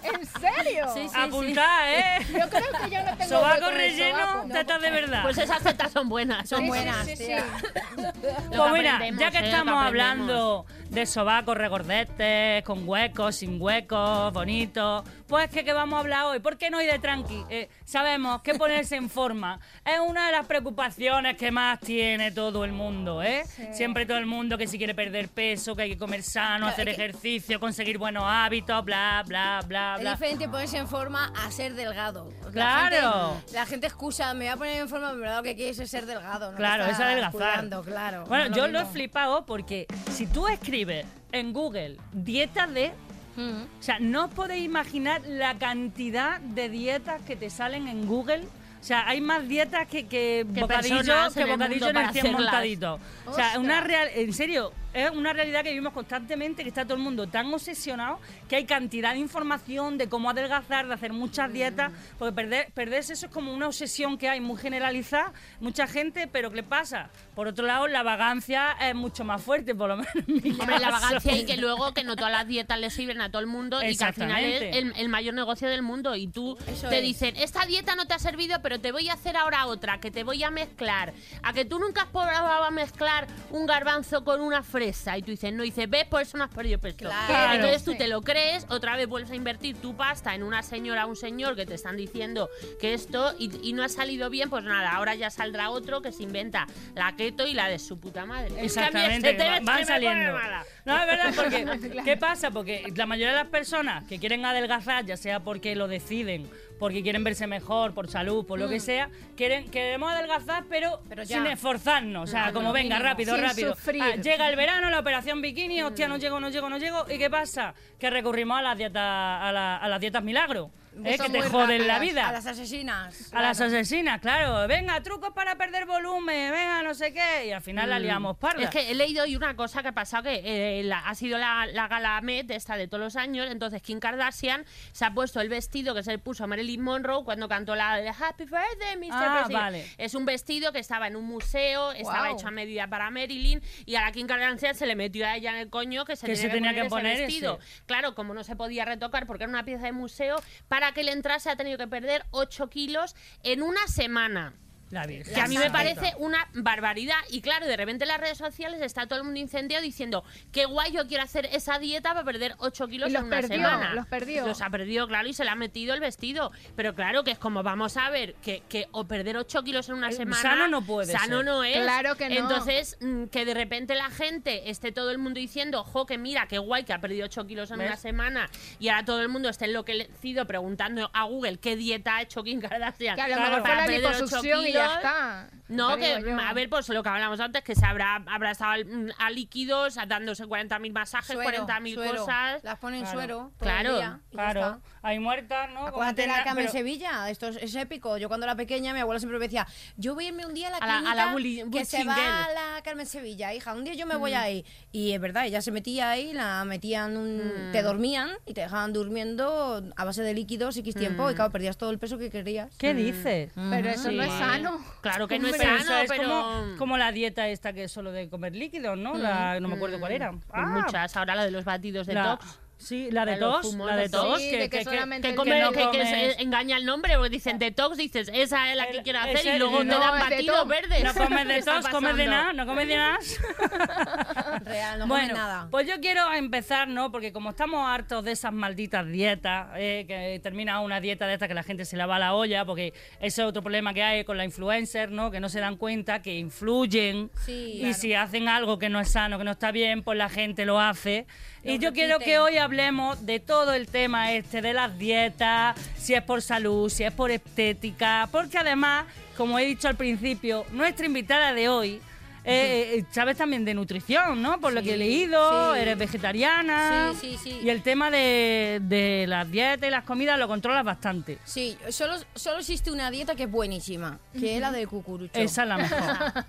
[SPEAKER 3] ¿En serio?
[SPEAKER 2] Apuntá, ¿eh?
[SPEAKER 3] Yo creo que yo no tengo hueco
[SPEAKER 2] Sobaco
[SPEAKER 3] en el
[SPEAKER 2] relleno,
[SPEAKER 3] sobaco.
[SPEAKER 2] tetas de verdad.
[SPEAKER 4] Pues esas tetas son buenas.
[SPEAKER 5] Son
[SPEAKER 3] Sí, sí,
[SPEAKER 5] buenas,
[SPEAKER 3] sí, sí.
[SPEAKER 5] tía.
[SPEAKER 4] Lo
[SPEAKER 2] Pues
[SPEAKER 4] que
[SPEAKER 2] mira,
[SPEAKER 4] aprendemos,
[SPEAKER 2] ya que
[SPEAKER 4] eh, lo
[SPEAKER 2] estamos
[SPEAKER 4] aprendemos.
[SPEAKER 2] hablando de sobacos regordetes, con huecos, sin huecos, bonitos, pues que, que vamos a hablar hoy. ¿Por qué no ir de tranqui? Eh, sabemos que ponerse en forma es una de las preocupaciones que más tiene todo el mundo, ¿eh? Siempre todo el mundo que si quiere perder peso, que hay que comer sano, hacer
[SPEAKER 5] es que-
[SPEAKER 2] ejercicio, conseguir buenos hábitos, bla, bla, bla,
[SPEAKER 5] Es
[SPEAKER 2] bla.
[SPEAKER 5] diferente ponerse en forma a ser delgado. La
[SPEAKER 2] Claro.
[SPEAKER 5] gente- la gente excusa, me voy a poner en forma, pero lo que quieres es ser delgado. No
[SPEAKER 2] Claro,
[SPEAKER 5] Te
[SPEAKER 2] es
[SPEAKER 5] estás
[SPEAKER 2] adelgazar.
[SPEAKER 5] cuidando, claro.
[SPEAKER 2] Bueno,
[SPEAKER 5] no
[SPEAKER 2] yo lo he
[SPEAKER 5] mismo.
[SPEAKER 2] flipado porque si tú escribes en Google dieta de...
[SPEAKER 5] Mm.
[SPEAKER 2] O sea, no os podéis imaginar la cantidad de dietas que te salen en Google. O sea, hay más dietas que, que
[SPEAKER 4] Que
[SPEAKER 2] bocadillo
[SPEAKER 4] personas
[SPEAKER 2] que
[SPEAKER 4] en el
[SPEAKER 2] bocadillo
[SPEAKER 4] mundo
[SPEAKER 2] en el
[SPEAKER 4] para
[SPEAKER 2] 100
[SPEAKER 4] hacerlas.
[SPEAKER 2] montadito. O sea, una real, en serio, es una realidad que vivimos constantemente, que está todo el mundo tan obsesionado que hay cantidad de información de cómo adelgazar, de hacer muchas
[SPEAKER 4] Mm.
[SPEAKER 2] dietas, porque perder, perderse eso es como una obsesión que hay muy generalizada,
[SPEAKER 4] Mm.
[SPEAKER 2] mucha gente, pero ¿qué le pasa? Por otro lado, la vagancia es mucho más fuerte, por lo menos en mi
[SPEAKER 4] Hombre, la
[SPEAKER 2] caso.
[SPEAKER 4] vagancia y que luego que no todas las dietas le sirven a todo el mundo y que al final es
[SPEAKER 2] Exactamente.
[SPEAKER 4] el, el mayor negocio del mundo y tú
[SPEAKER 5] Eso
[SPEAKER 4] te
[SPEAKER 5] es.
[SPEAKER 4] dicen, esta dieta no te ha servido, pero te voy a hacer ahora otra, que te voy a mezclar. A que tú nunca has probado a mezclar un garbanzo con una fresa y tú dices, no, y dices, ves, por eso no has perdido peso.
[SPEAKER 5] Claro.
[SPEAKER 4] Entonces tú
[SPEAKER 3] Sí.
[SPEAKER 4] te lo crees, otra vez vuelves a invertir tu pasta en una señora o un señor que te están diciendo que esto y, y no ha salido bien, pues nada, ahora ya saldrá otro que se inventa la keto y la de su puta madre. Es que a mí
[SPEAKER 2] Exactamente,
[SPEAKER 4] este tema es que
[SPEAKER 2] van
[SPEAKER 4] me
[SPEAKER 2] saliendo.
[SPEAKER 4] pone mala.
[SPEAKER 2] No, es verdad, porque ¿qué pasa? Porque la mayoría de las personas que quieren adelgazar, ya sea porque lo deciden, porque quieren verse mejor, por salud, por lo que sea, quieren, queremos adelgazar, pero,
[SPEAKER 5] Pero ya.
[SPEAKER 2] sin esforzarnos. O sea, como venga, rápido,
[SPEAKER 3] Sin
[SPEAKER 2] rápido.
[SPEAKER 3] sufrir.
[SPEAKER 2] Ah, llega el verano, la operación bikini, hostia, no llego, no llego, no llego. ¿Y qué pasa? Que recurrimos a las dietas, a, la- a las dietas milagro. ¿eh?
[SPEAKER 5] Son
[SPEAKER 2] Que te
[SPEAKER 5] muy
[SPEAKER 2] joden la
[SPEAKER 5] rápidas.
[SPEAKER 2] vida.
[SPEAKER 5] A las asesinas.
[SPEAKER 2] A las asesinas, claro. Venga, trucos para perder volumen, venga, no sé qué. Y al final la liamos parda.
[SPEAKER 4] Mm. Es que he leído hoy una cosa que ha pasado que eh, la- ha sido la, la gala Met esta de todos los años, entonces Kim Kardashian se ha puesto el vestido que se le puso a Marilyn Monroe cuando cantó la de Happy Birthday, Mr.
[SPEAKER 2] Ah,
[SPEAKER 4] President.
[SPEAKER 2] vale.
[SPEAKER 4] Es un vestido que estaba en un museo, estaba
[SPEAKER 5] Guau.
[SPEAKER 4] hecho a medida para Marilyn y a la Kim Kardashian se le metió a ella en el coño que se,
[SPEAKER 2] Que se tenía que
[SPEAKER 4] ese
[SPEAKER 2] poner
[SPEAKER 4] vestido.
[SPEAKER 2] ese.
[SPEAKER 4] Claro, como no se podía retocar porque era una pieza de museo, para que le entrase ha tenido que perder 8 kilos en una semana.
[SPEAKER 2] La Virgen.
[SPEAKER 4] Que a mí me
[SPEAKER 5] Santa.
[SPEAKER 4] parece una barbaridad. Y claro, de repente en las redes sociales está todo el mundo incendiado diciendo qué guay, yo quiero hacer esa dieta para perder 8 kilos
[SPEAKER 3] Y los
[SPEAKER 4] en una
[SPEAKER 3] perdió,
[SPEAKER 4] semana.
[SPEAKER 3] los perdió.
[SPEAKER 4] Los ha perdido, claro, y se le ha metido el vestido. Pero claro, que es como vamos a ver que, que o perder 8 kilos en una
[SPEAKER 2] Eh,
[SPEAKER 4] semana.
[SPEAKER 2] sano no puede
[SPEAKER 4] Sano
[SPEAKER 2] ser.
[SPEAKER 4] no es.
[SPEAKER 3] Claro que no.
[SPEAKER 4] Entonces, mm, que de repente la gente esté todo el mundo diciendo, jo, que mira, qué guay, que ha perdido 8 kilos en
[SPEAKER 2] ¿Ves?
[SPEAKER 4] una semana. Y ahora todo el mundo esté enloquecido preguntando a Google qué dieta ha hecho Kim Kardashian.
[SPEAKER 3] Que a lo
[SPEAKER 2] Claro.
[SPEAKER 3] mejor fue
[SPEAKER 4] para
[SPEAKER 3] la
[SPEAKER 4] perder ocho
[SPEAKER 3] liposucción y ya
[SPEAKER 4] kilos.
[SPEAKER 3] está.
[SPEAKER 4] No,
[SPEAKER 3] Te
[SPEAKER 4] que,
[SPEAKER 3] digo yo.
[SPEAKER 4] a ver, pues lo que hablamos antes, que se habrá, habrá estado al- mm, a líquidos, a dándose 40.000 masajes,
[SPEAKER 5] Suero,
[SPEAKER 4] 40.000
[SPEAKER 5] suero.
[SPEAKER 4] cosas.
[SPEAKER 5] Las ponen
[SPEAKER 2] Claro.
[SPEAKER 5] suero. todo
[SPEAKER 4] Claro.
[SPEAKER 5] el día y ya
[SPEAKER 2] Claro,
[SPEAKER 5] está.
[SPEAKER 2] hay muertas, ¿no? Como
[SPEAKER 5] Acuérdate
[SPEAKER 2] tenga-
[SPEAKER 5] la cama en
[SPEAKER 2] pero-
[SPEAKER 5] Sevilla, esto es, es épico. Yo cuando era pequeña, mi abuela siempre me decía, yo voy a irme un día a la
[SPEAKER 4] A la- a
[SPEAKER 5] clínica
[SPEAKER 4] la Buli-
[SPEAKER 5] que se
[SPEAKER 4] Buchinguel".
[SPEAKER 5] va a la Carmen Sevilla, hija, un día yo me voy ahí. Y es verdad, ella se metía ahí, la metían, un, te dormían y te dejaban durmiendo a base de líquidos X tiempo y claro, perdías todo el peso que querías.
[SPEAKER 2] ¿Qué dices?
[SPEAKER 3] Pero eso no es
[SPEAKER 4] Sí.
[SPEAKER 3] sano.
[SPEAKER 4] Mm. Claro que no es
[SPEAKER 2] Hombre,
[SPEAKER 4] sano,
[SPEAKER 2] eso es
[SPEAKER 4] pero...
[SPEAKER 2] Como, como la dieta esta que es solo de comer líquidos, ¿no? La- no me acuerdo cuál era.
[SPEAKER 4] Mm.
[SPEAKER 2] Ah,
[SPEAKER 4] Pues muchas, ahora la de los batidos de
[SPEAKER 2] la-
[SPEAKER 4] tox.
[SPEAKER 2] Sí, la de
[SPEAKER 4] La de los
[SPEAKER 2] tos,
[SPEAKER 4] zumos
[SPEAKER 2] la de
[SPEAKER 4] de
[SPEAKER 2] tos.
[SPEAKER 4] tos.
[SPEAKER 3] Sí, de que solamente
[SPEAKER 4] Que,
[SPEAKER 3] el
[SPEAKER 4] come-
[SPEAKER 3] que no
[SPEAKER 4] que- que
[SPEAKER 2] comes.
[SPEAKER 4] se- engaña el nombre, porque dicen detox, dices, esa es la que
[SPEAKER 2] El-
[SPEAKER 4] quiero
[SPEAKER 2] ese-
[SPEAKER 4] hacer, y luego
[SPEAKER 2] no,
[SPEAKER 4] te dan
[SPEAKER 3] es
[SPEAKER 4] batidos
[SPEAKER 3] detox.
[SPEAKER 4] verdes.
[SPEAKER 2] No comes
[SPEAKER 4] ¿Qué
[SPEAKER 2] de
[SPEAKER 4] está
[SPEAKER 2] tos, comes de
[SPEAKER 4] pasando?
[SPEAKER 2] nada, no comes de nada.
[SPEAKER 5] Real, no
[SPEAKER 2] bueno,
[SPEAKER 5] comes nada.
[SPEAKER 2] pues yo quiero empezar, ¿no? Porque como estamos hartos de esas malditas dietas, eh, que termina una dieta de esta que la gente se la va a la olla, porque ese es otro problema que hay con la influencer, ¿no? Que no se dan cuenta que influyen
[SPEAKER 5] Sí,
[SPEAKER 2] y
[SPEAKER 5] claro.
[SPEAKER 2] si hacen algo que no es sano, que no está bien, pues la gente lo hace.
[SPEAKER 5] Lo
[SPEAKER 2] y yo quiero
[SPEAKER 5] repiten.
[SPEAKER 2] que hoy hablemos de todo el tema este, de las dietas, si es por salud, si es por estética, porque además, como he dicho al principio, nuestra invitada de hoy... eh, eh, sabes también de nutrición, ¿no? Por lo
[SPEAKER 5] Sí,
[SPEAKER 2] que he leído,
[SPEAKER 5] sí.
[SPEAKER 2] eres vegetariana.
[SPEAKER 5] Sí, sí, sí.
[SPEAKER 2] Y el tema de, de las dietas y las comidas lo controlas bastante.
[SPEAKER 5] Sí, solo, solo existe una dieta que es buenísima, que es la del cucurucho.
[SPEAKER 2] Esa es la mejor.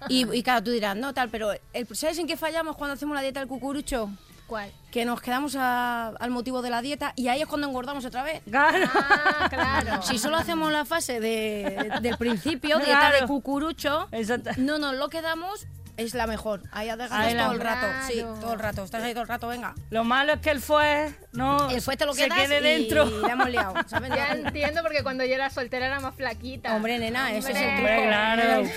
[SPEAKER 5] Y, y claro, tú dirás, no, tal, pero el- ¿sabes en qué fallamos cuando hacemos la dieta del cucurucho?
[SPEAKER 3] ¿Cuál?
[SPEAKER 5] Que nos quedamos a- al motivo de la dieta y ahí es cuando engordamos otra vez.
[SPEAKER 2] Claro.
[SPEAKER 3] Ah, claro.
[SPEAKER 5] Si solo hacemos la fase de- del principio, dieta
[SPEAKER 2] Claro.
[SPEAKER 5] de cucurucho,
[SPEAKER 2] Exacto.
[SPEAKER 5] no nos lo quedamos, es la mejor. Ahí
[SPEAKER 2] Ahí
[SPEAKER 5] adelgazas
[SPEAKER 2] la-
[SPEAKER 5] todo el rato. Sí,
[SPEAKER 3] Claro.
[SPEAKER 5] todo el rato. Estás ahí todo el rato, venga.
[SPEAKER 2] Lo malo es que el fue no
[SPEAKER 5] El fuerte lo
[SPEAKER 2] se
[SPEAKER 5] quedas
[SPEAKER 2] quede
[SPEAKER 5] y
[SPEAKER 2] dentro.
[SPEAKER 5] la hemos liado. ¿sabes?
[SPEAKER 3] Ya entiendo porque cuando yo era soltera era más flaquita.
[SPEAKER 5] Hombre, nena, ese es el
[SPEAKER 3] Hombre.
[SPEAKER 5] truco.
[SPEAKER 2] Hombre, claro.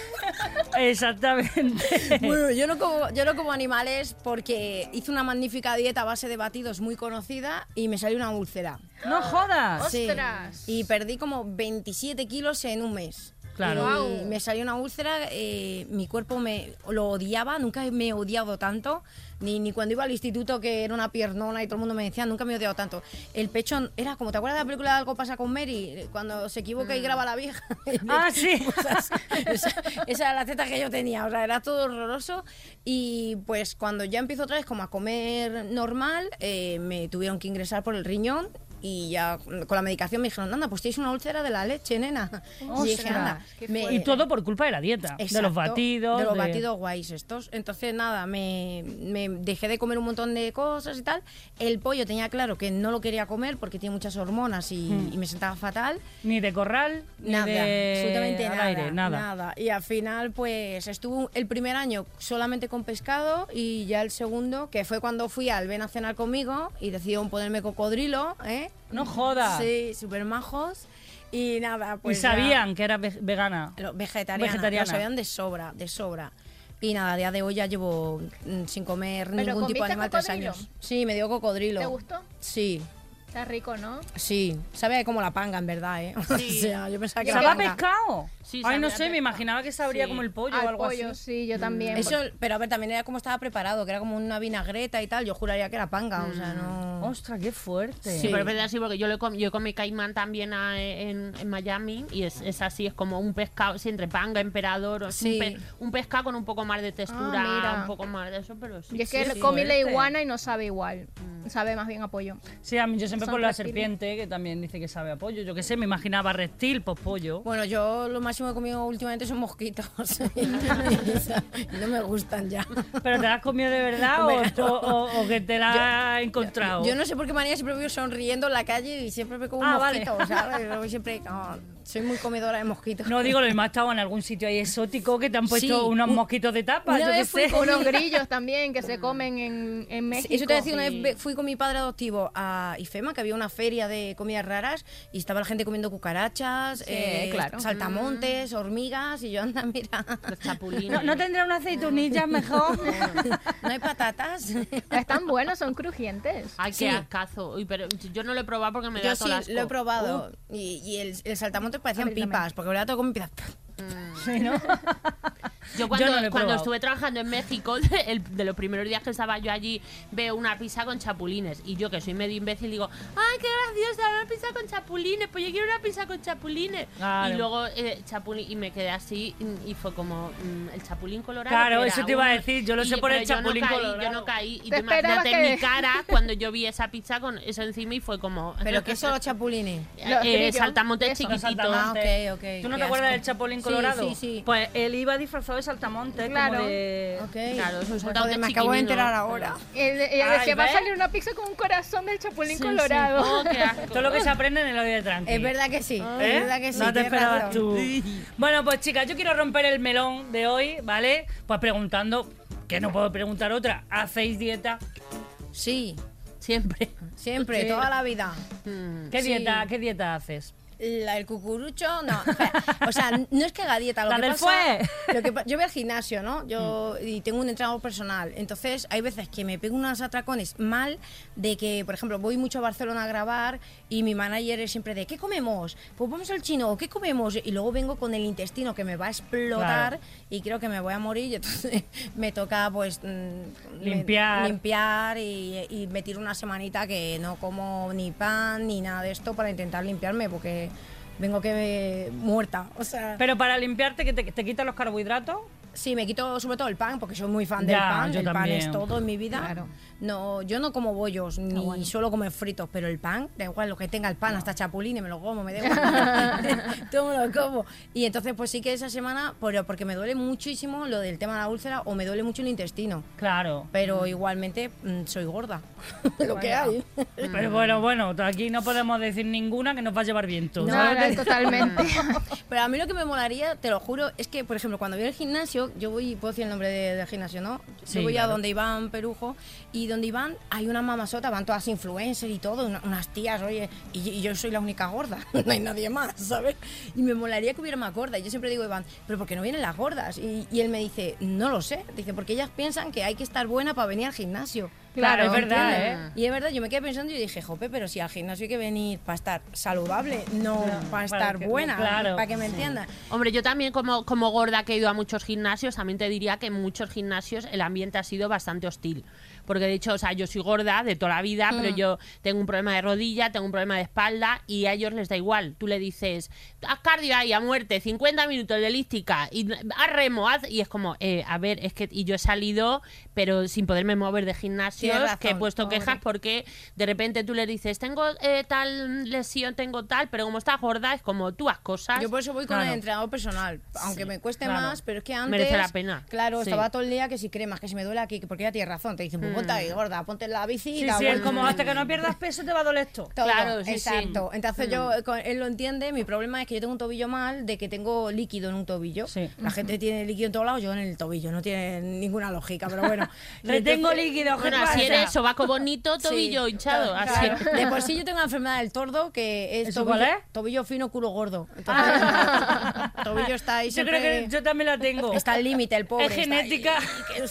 [SPEAKER 2] Exactamente.
[SPEAKER 5] Bueno, yo no, como, yo no como animales porque hice una magnífica dieta a base de batidos muy conocida y me salió una úlcera.
[SPEAKER 2] No jodas.
[SPEAKER 5] Sí.
[SPEAKER 3] ¡Ostras!
[SPEAKER 5] Y perdí como 27 kilos en un mes.
[SPEAKER 2] Claro.
[SPEAKER 5] Y me salió una úlcera, eh, mi cuerpo me lo odiaba, nunca me he odiado tanto, ni, ni cuando iba al instituto que era una piernona y todo el mundo me decía, nunca me he odiado tanto. El pecho era como, ¿te acuerdas de la película Algo pasa con Mary? Cuando se equivoca y graba la vieja.
[SPEAKER 2] Ah, sí.
[SPEAKER 5] Pues, esa, esa era la teta que yo tenía, o sea, era todo horroroso. Y pues cuando ya empiezo otra vez como a comer normal, eh, me tuvieron que ingresar por el riñón y ya con la medicación me dijeron, anda, pues tienes una úlcera de la leche, nena. y dije,
[SPEAKER 3] Ostras,
[SPEAKER 5] anda.
[SPEAKER 3] qué
[SPEAKER 5] me-
[SPEAKER 2] Y todo por culpa de la dieta, de
[SPEAKER 5] Exacto,
[SPEAKER 2] los batidos.
[SPEAKER 5] De los batidos guays estos. Entonces, nada, me, me dejé de comer un montón de cosas y tal. El pollo tenía claro que no lo quería comer porque tiene muchas hormonas y,
[SPEAKER 2] Hmm.
[SPEAKER 5] y me sentaba fatal.
[SPEAKER 2] Ni de corral, ni
[SPEAKER 5] Nada,
[SPEAKER 2] de
[SPEAKER 5] absolutamente
[SPEAKER 2] al
[SPEAKER 5] nada,
[SPEAKER 2] aire, nada.
[SPEAKER 5] Y al final, pues estuvo el primer año solamente con pescado y ya el segundo, que fue cuando fui al Ven a cenar conmigo y decidieron ponerme cocodrilo, ¿eh?
[SPEAKER 2] No jodas.
[SPEAKER 5] Sí, súper majos. Y nada, pues.
[SPEAKER 2] y
[SPEAKER 5] ya-
[SPEAKER 2] sabían que era ve- vegana.
[SPEAKER 5] lo- vegetariana.
[SPEAKER 2] Vegetariana.
[SPEAKER 5] Lo sabían de sobra, de sobra. Y nada, a día de hoy ya llevo mm, sin comer
[SPEAKER 3] ¿Pero
[SPEAKER 5] ningún tipo
[SPEAKER 3] comiste
[SPEAKER 5] de animal tres
[SPEAKER 3] cocodrilo?
[SPEAKER 5] años. Sí, me dio cocodrilo.
[SPEAKER 3] ¿Te gustó?
[SPEAKER 5] Sí,
[SPEAKER 3] Está rico, ¿no?
[SPEAKER 5] sí. Sabe como la panga, en verdad, ¿eh?
[SPEAKER 4] Sí.
[SPEAKER 5] o sea, yo pensaba que era
[SPEAKER 2] ¿Sabía
[SPEAKER 5] panga.
[SPEAKER 2] pescado?
[SPEAKER 4] Sí,
[SPEAKER 2] Ay, no
[SPEAKER 4] sabía
[SPEAKER 2] sé, me
[SPEAKER 4] pescado.
[SPEAKER 2] imaginaba que sabría
[SPEAKER 4] Sí.
[SPEAKER 2] como el pollo o
[SPEAKER 3] Al
[SPEAKER 2] algo
[SPEAKER 3] pollo,
[SPEAKER 2] así. Mm.
[SPEAKER 3] sí, yo también.
[SPEAKER 5] Eso, pero a ver, también era como estaba preparado, que era como una vinagreta y tal. Yo juraría que era panga, o sea, no.
[SPEAKER 2] Ostras, qué fuerte.
[SPEAKER 5] Sí.
[SPEAKER 4] Sí, pero es verdad, sí, porque yo, lo he comi- yo comí caimán también a- en, en Miami y es, es así, es como un pescado, sí, entre panga, emperador, o es un,
[SPEAKER 5] Sí.
[SPEAKER 4] pe- un pescado con un poco más de textura,
[SPEAKER 3] Ah, mira.
[SPEAKER 4] un poco más de eso, pero sí.
[SPEAKER 3] Yo es que
[SPEAKER 2] sí,
[SPEAKER 3] comí la
[SPEAKER 2] fuerte.
[SPEAKER 3] iguana y no sabe igual.
[SPEAKER 5] Mm.
[SPEAKER 3] Sabe más bien a pollo.
[SPEAKER 2] Sí, a mí yo siempre
[SPEAKER 3] Son
[SPEAKER 2] con la
[SPEAKER 3] reptiles.
[SPEAKER 2] serpiente, que también dice que sabe a pollo. Yo qué sé, me imaginaba reptil, pues pollo.
[SPEAKER 5] Bueno, yo lo máximo que he comido últimamente son mosquitos. O sea, no me gustan ya.
[SPEAKER 2] ¿Pero te la has comido de verdad
[SPEAKER 5] Hombre,
[SPEAKER 2] o,
[SPEAKER 5] no.
[SPEAKER 2] o- o- o que te la has encontrado?
[SPEAKER 5] Yo no sé por qué manía siempre vivo sonriendo en la calle y siempre me como un
[SPEAKER 2] Ah, vale.
[SPEAKER 5] mosquito, ¿sabes? Yo siempre, oh, Soy muy comedora de mosquitos.
[SPEAKER 2] No digo lo mismo, has estado en algún sitio ahí exótico que te han puesto
[SPEAKER 5] Sí,
[SPEAKER 2] unos
[SPEAKER 5] un-
[SPEAKER 2] mosquitos de tapa,
[SPEAKER 5] una
[SPEAKER 2] yo qué
[SPEAKER 5] vez fui
[SPEAKER 2] sé.
[SPEAKER 5] con
[SPEAKER 3] Unos grillos también que se comen en, en México.
[SPEAKER 5] Eso te voy a decir, una vez ve- fui con mi padre adoptivo a IFEMA, que había una feria de comidas raras, y estaba la gente comiendo cucarachas, eh,
[SPEAKER 3] claro.
[SPEAKER 5] saltamontes, hormigas, y yo, anda, mira,
[SPEAKER 4] Los chapulines.
[SPEAKER 2] No, no tendrá una aceitunilla mejor.
[SPEAKER 5] no hay patatas.
[SPEAKER 3] Están buenos, son crujientes.
[SPEAKER 4] Ay, qué
[SPEAKER 5] Sí.
[SPEAKER 4] ascazo. Uy, pero yo no lo he probado porque me
[SPEAKER 5] Yo
[SPEAKER 4] da
[SPEAKER 5] sí,
[SPEAKER 4] todo asco. Uh.
[SPEAKER 5] lo he probado. Y, y el, el saltamontes parecían pipas, porque ahora todo como pipas.
[SPEAKER 2] Sí, ¿no?
[SPEAKER 4] Yo cuando,
[SPEAKER 2] Yo no lo he
[SPEAKER 4] cuando
[SPEAKER 2] probado.
[SPEAKER 4] estuve trabajando en México, el- de los primeros días que estaba yo allí, veo una pizza con chapulines. Y yo, que soy medio imbécil, digo, ¡ay, qué graciosa! Una pizza con chapulines. Pues yo quiero una pizza con chapulines.
[SPEAKER 2] Claro.
[SPEAKER 4] Y luego, eh, chapulín, y me quedé así, y fue como, mm, el chapulín colorado.
[SPEAKER 2] Claro,
[SPEAKER 4] que
[SPEAKER 2] eso
[SPEAKER 4] era
[SPEAKER 2] te iba a
[SPEAKER 4] uno.
[SPEAKER 2] decir, yo lo
[SPEAKER 4] Y
[SPEAKER 2] sé por
[SPEAKER 4] pero
[SPEAKER 2] el
[SPEAKER 4] yo no
[SPEAKER 2] chapulín
[SPEAKER 4] caí, Yo
[SPEAKER 2] colorado.
[SPEAKER 4] no caí. Y
[SPEAKER 3] Te
[SPEAKER 4] tú imagínate
[SPEAKER 3] esperabas que-
[SPEAKER 4] mi cara cuando yo vi esa pizza con eso encima y fue como.
[SPEAKER 5] Pero que son los chapulines.
[SPEAKER 3] Los
[SPEAKER 4] Eh,
[SPEAKER 3] grillos.
[SPEAKER 4] saltamontes
[SPEAKER 3] Eso,
[SPEAKER 2] Los
[SPEAKER 4] chiquititos.
[SPEAKER 2] saltamontes.
[SPEAKER 5] Ah, ok, ok,
[SPEAKER 2] ¿Tú no
[SPEAKER 5] qué
[SPEAKER 2] te acuerdas
[SPEAKER 5] asco.
[SPEAKER 2] del Chapulín
[SPEAKER 5] Sí,
[SPEAKER 2] Colorado?
[SPEAKER 5] sí, sí.
[SPEAKER 2] Pues él iba disfrazado de saltamontes,
[SPEAKER 3] Claro.
[SPEAKER 2] como de...
[SPEAKER 5] Ok.
[SPEAKER 4] Claro, son
[SPEAKER 5] Pues,
[SPEAKER 4] soldados
[SPEAKER 5] joder,
[SPEAKER 4] de
[SPEAKER 5] me acabo de
[SPEAKER 4] chiquilino.
[SPEAKER 5] enterar ahora.
[SPEAKER 3] Él- Ella
[SPEAKER 2] Ay,
[SPEAKER 3] decía, va a
[SPEAKER 2] ¿ves?
[SPEAKER 3] salir una pizza con un corazón del chapulín
[SPEAKER 4] Sí, sí.
[SPEAKER 3] colorado.
[SPEAKER 4] Oh, qué asco.
[SPEAKER 2] Todo lo que se aprende en el audio de tranqui.
[SPEAKER 5] Es verdad que sí,
[SPEAKER 2] ¿Eh?
[SPEAKER 5] es verdad que sí.
[SPEAKER 2] No te
[SPEAKER 5] tienes
[SPEAKER 2] esperabas
[SPEAKER 5] razón.
[SPEAKER 2] tú. Bueno, pues chicas, yo quiero romper el melón de hoy, ¿vale? Pues preguntando, que no puedo preguntar otra, ¿hacéis dieta?
[SPEAKER 5] Sí,
[SPEAKER 4] Siempre. Mm.
[SPEAKER 5] siempre,
[SPEAKER 4] Sí.
[SPEAKER 5] toda la vida.
[SPEAKER 2] ¿Qué
[SPEAKER 5] Sí.
[SPEAKER 2] dieta, qué dieta haces?
[SPEAKER 5] La, el cucurucho, no. espera. O sea, no es que haga dieta. Lo
[SPEAKER 2] La
[SPEAKER 5] que
[SPEAKER 2] del
[SPEAKER 5] pasa-
[SPEAKER 2] fue. Mm.
[SPEAKER 5] lo que pa- yo voy al gimnasio, ¿no? Yo y tengo un entrenador personal. Entonces, hay veces que me pego unos atracones mal de que, por ejemplo, voy mucho a Barcelona a grabar y mi manager es siempre de ¿qué comemos? Pues vamos al chino, ¿qué comemos? Y luego vengo con el intestino que me va a explotar
[SPEAKER 2] Claro.
[SPEAKER 5] y creo que me voy a morir. Y entonces me toca, pues. mm, me-
[SPEAKER 2] Limpiar.
[SPEAKER 5] limpiar y, y me tiro una semanita que no como ni pan ni nada de esto para intentar limpiarme porque vengo que me- muerta. O sea,
[SPEAKER 2] Pero para limpiarte, que te, te quitan los carbohidratos.
[SPEAKER 5] sí, me quito sobre todo el pan porque soy muy
[SPEAKER 2] Ya,
[SPEAKER 5] fan del pan.
[SPEAKER 2] yo
[SPEAKER 5] el
[SPEAKER 2] también.
[SPEAKER 5] pan es todo en mi vida. No, yo no como bollos ni suelo comer fritos, pero el pan, da igual lo que tenga el pan, hasta chapulines me lo como, me da igual. todo me lo como. Y entonces pues sí que esa semana, pero porque me duele muchísimo lo del tema de la úlcera o me duele mucho el intestino.
[SPEAKER 2] Claro.
[SPEAKER 5] Pero igualmente mm, soy gorda. lo que hay.
[SPEAKER 2] Pero bueno, bueno, aquí no podemos decir ninguna que nos va a llevar viento.
[SPEAKER 3] No,
[SPEAKER 2] ¿sabes?
[SPEAKER 3] no, totalmente.
[SPEAKER 5] Pero a mí lo que me molaría, te lo juro, es que, por ejemplo, cuando voy al gimnasio, yo voy, puedo decir el nombre de- del gimnasio, ¿no?
[SPEAKER 2] Sí,
[SPEAKER 5] yo voy
[SPEAKER 2] claro.
[SPEAKER 5] a donde Iván Perujo y donde Iván hay una mamasota, van todas influencers y todo, una- unas tías, oye, y, yo- y yo soy la única gorda, no hay nadie más, ¿sabes? Y me molaría que hubiera más gordas. Yo siempre digo, Iván, ¿pero por qué no vienen las gordas? Y, y él me dice, no lo sé. Dice, porque ellas piensan que hay que estar buena para venir al gimnasio.
[SPEAKER 2] Claro, es
[SPEAKER 5] ¿entiendes?
[SPEAKER 2] verdad, ¿eh?
[SPEAKER 5] Y es verdad, yo me quedé pensando y dije, jope, pero si al gimnasio hay que venir para estar saludable, no para estar
[SPEAKER 2] que-
[SPEAKER 5] buena,
[SPEAKER 2] claro.
[SPEAKER 5] para que me entiendas.
[SPEAKER 4] Hombre, yo también como, como gorda que he ido a muchos gimnasios, también te diría que en muchos gimnasios el ambiente ha sido bastante hostil. Porque de hecho, o sea, yo soy gorda de toda la vida, pero
[SPEAKER 5] Mm.
[SPEAKER 4] yo tengo un problema de rodilla, tengo un problema de espalda y a ellos les da igual. Tú le dices, haz cardio ahí a muerte, 50 minutos de elíptica, y haz remo, haz... Y es como, eh, a ver, es que... Y yo he salido, pero sin poderme mover de gimnasio,
[SPEAKER 5] Tienes razón,
[SPEAKER 4] que he puesto
[SPEAKER 5] pobre.
[SPEAKER 4] quejas porque de repente tú le dices, tengo eh, tal lesión, tengo tal, pero como estás gorda, es como tú haz cosas.
[SPEAKER 5] Yo por eso voy con
[SPEAKER 2] Claro.
[SPEAKER 5] el entrenador personal, aunque me cueste
[SPEAKER 2] claro.
[SPEAKER 5] más, pero es que antes...
[SPEAKER 4] Merece la pena.
[SPEAKER 5] Claro,
[SPEAKER 4] Sí.
[SPEAKER 5] estaba todo el día que si cremas, que si me duele aquí, que porque ya tienes razón, te dicen, pues ponte ahí, gorda, ponte la bici y
[SPEAKER 2] Mm. Sí,
[SPEAKER 5] da
[SPEAKER 2] sí, es
[SPEAKER 5] vueltas.
[SPEAKER 2] como hasta que no pierdas peso te va a doler esto.
[SPEAKER 5] Todo,
[SPEAKER 4] Claro, sí, sí.
[SPEAKER 5] exacto. Entonces yo,
[SPEAKER 2] Mm.
[SPEAKER 5] eh, con- él lo entiende, mi problema es que yo tengo un tobillo mal, de que tengo líquido en un tobillo.
[SPEAKER 2] Sí.
[SPEAKER 5] La gente tiene líquido en todos lados, yo en el tobillo, no tiene ninguna lógica, pero bueno.
[SPEAKER 2] Retengo líquido, ¿qué
[SPEAKER 4] Bueno, así
[SPEAKER 2] pasa?
[SPEAKER 4] eres sobaco bonito, tobillo
[SPEAKER 5] Sí,
[SPEAKER 4] hinchado.
[SPEAKER 5] claro,
[SPEAKER 4] así.
[SPEAKER 5] claro. De por sí yo tengo una enfermedad del tordo que es
[SPEAKER 2] ¿Eso
[SPEAKER 5] tobillo,
[SPEAKER 2] cuál es?
[SPEAKER 5] tobillo fino, culo gordo. Entonces, tobillo está ahí
[SPEAKER 2] Yo
[SPEAKER 5] siempre...
[SPEAKER 2] creo que yo también la tengo.
[SPEAKER 5] Está al límite el pobre.
[SPEAKER 2] Es
[SPEAKER 5] está ahí.
[SPEAKER 2] genética.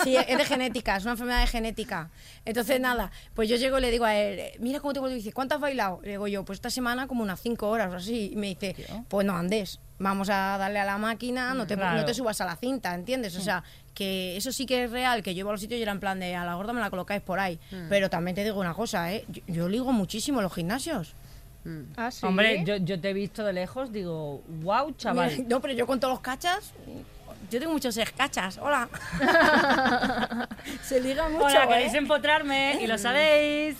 [SPEAKER 5] Sí, es de genética, es una enfermedad de genética. Entonces, nada, pues yo llego y le digo a él, eh, mira cómo tengo, y dice, ¿cuánto has bailado? Le digo yo, pues esta semana como unas cinco horas o así. Y me dice, pues no andes, vamos a darle a la máquina, no te,
[SPEAKER 2] Claro. Mm.
[SPEAKER 5] no te subas a la cinta, ¿entiendes? O sea, que eso sí que es real, que yo iba a los sitios y era en plan de, a la gorda me la colocáis por ahí.
[SPEAKER 2] Mm.
[SPEAKER 5] Pero también te digo una cosa, ¿eh? Yo, yo ligo muchísimo en los gimnasios.
[SPEAKER 3] Ah, sí.
[SPEAKER 2] Hombre, yo, yo te he visto de lejos, digo, wow, chaval.
[SPEAKER 5] Mira, No, pero yo con todos los cachas, Yo tengo muchos escachas. Hola. Se liga mucho.
[SPEAKER 2] Hola,
[SPEAKER 5] ¿eh?
[SPEAKER 2] queréis empotrarme y lo sabéis.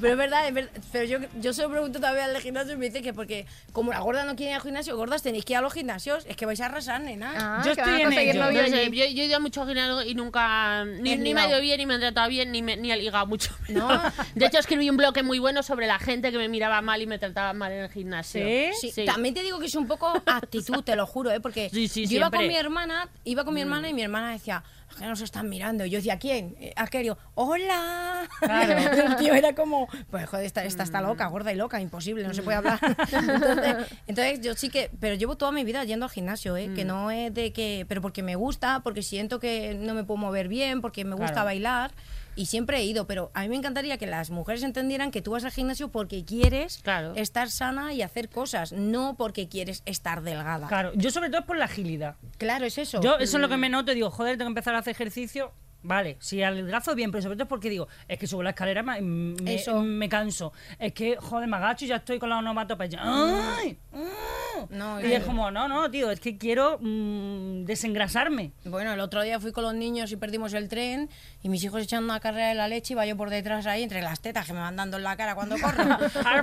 [SPEAKER 5] Pero es verdad, es verdad. Pero yo, yo se lo pregunto todavía al gimnasio y me dice que porque como la gorda no quiere ir al gimnasio, gordas tenéis que ir a los gimnasios, es que vais a arrasar, nena.
[SPEAKER 3] Ah,
[SPEAKER 2] Yo
[SPEAKER 3] que van
[SPEAKER 2] estoy
[SPEAKER 3] a
[SPEAKER 2] en
[SPEAKER 3] conseguir
[SPEAKER 2] ello.
[SPEAKER 4] No
[SPEAKER 3] novio
[SPEAKER 4] sé,
[SPEAKER 3] allí.
[SPEAKER 4] yo, yo he ido a muchos gimnasios y nunca. Ni,
[SPEAKER 5] Has
[SPEAKER 4] ni me ha ido
[SPEAKER 5] ligado.
[SPEAKER 4] bien, ni me han tratado bien, ni, me- ni he ligado mucho.
[SPEAKER 5] No.
[SPEAKER 4] De hecho, escribí un bloque muy bueno sobre la gente que me miraba mal y me trataba mal en el gimnasio.
[SPEAKER 2] ¿Sí?
[SPEAKER 5] Sí,
[SPEAKER 4] Sí.
[SPEAKER 5] También te digo que es un poco actitud, te lo juro, ¿eh? porque
[SPEAKER 4] Sí, sí,
[SPEAKER 5] yo iba con
[SPEAKER 4] siempre. Mm.
[SPEAKER 5] mi hermana, iba con mi hermana y mi hermana decía, "Es que nos están mirando. Y yo decía, ¿quién? Eh, ¿Has querido? ¡Hola! El tío era como, pues joder, esta, esta
[SPEAKER 4] Mm.
[SPEAKER 5] está loca, gorda y loca, imposible, no se puede hablar. Entonces, entonces yo sí que, pero llevo toda mi vida yendo al gimnasio, ¿eh?
[SPEAKER 4] Mm.
[SPEAKER 5] que no es de que, pero porque me gusta, porque siento que no me puedo mover bien, porque me gusta
[SPEAKER 4] Claro.
[SPEAKER 5] bailar. Y siempre he ido, pero a mí me encantaría que las mujeres entendieran que tú vas al gimnasio porque quieres
[SPEAKER 4] Claro.
[SPEAKER 5] estar sana y hacer cosas, no porque quieres estar delgada. Claro,
[SPEAKER 2] Claro, yo sobre todo es por la agilidad.
[SPEAKER 5] es eso.
[SPEAKER 2] Yo eso es lo que me noto, digo, joder, tengo que empezar a hacer ejercicio. Vale, si adelgazo bien, pero sobre todo es porque digo, es que subo la escalera me, me,
[SPEAKER 5] Eso.
[SPEAKER 2] me canso. Es que, joder, me agacho y ya estoy con la onomatopeya. ¡Ay! ¡Ah!
[SPEAKER 5] No,
[SPEAKER 2] y es
[SPEAKER 5] yo-
[SPEAKER 2] como, no, no, tío, es que quiero mm, desengrasarme.
[SPEAKER 5] Bueno, el otro día fui con los niños y perdimos el tren y mis hijos echando una carrera de la leche y iba yo por detrás ahí entre las tetas que me van dando en la cara cuando corro.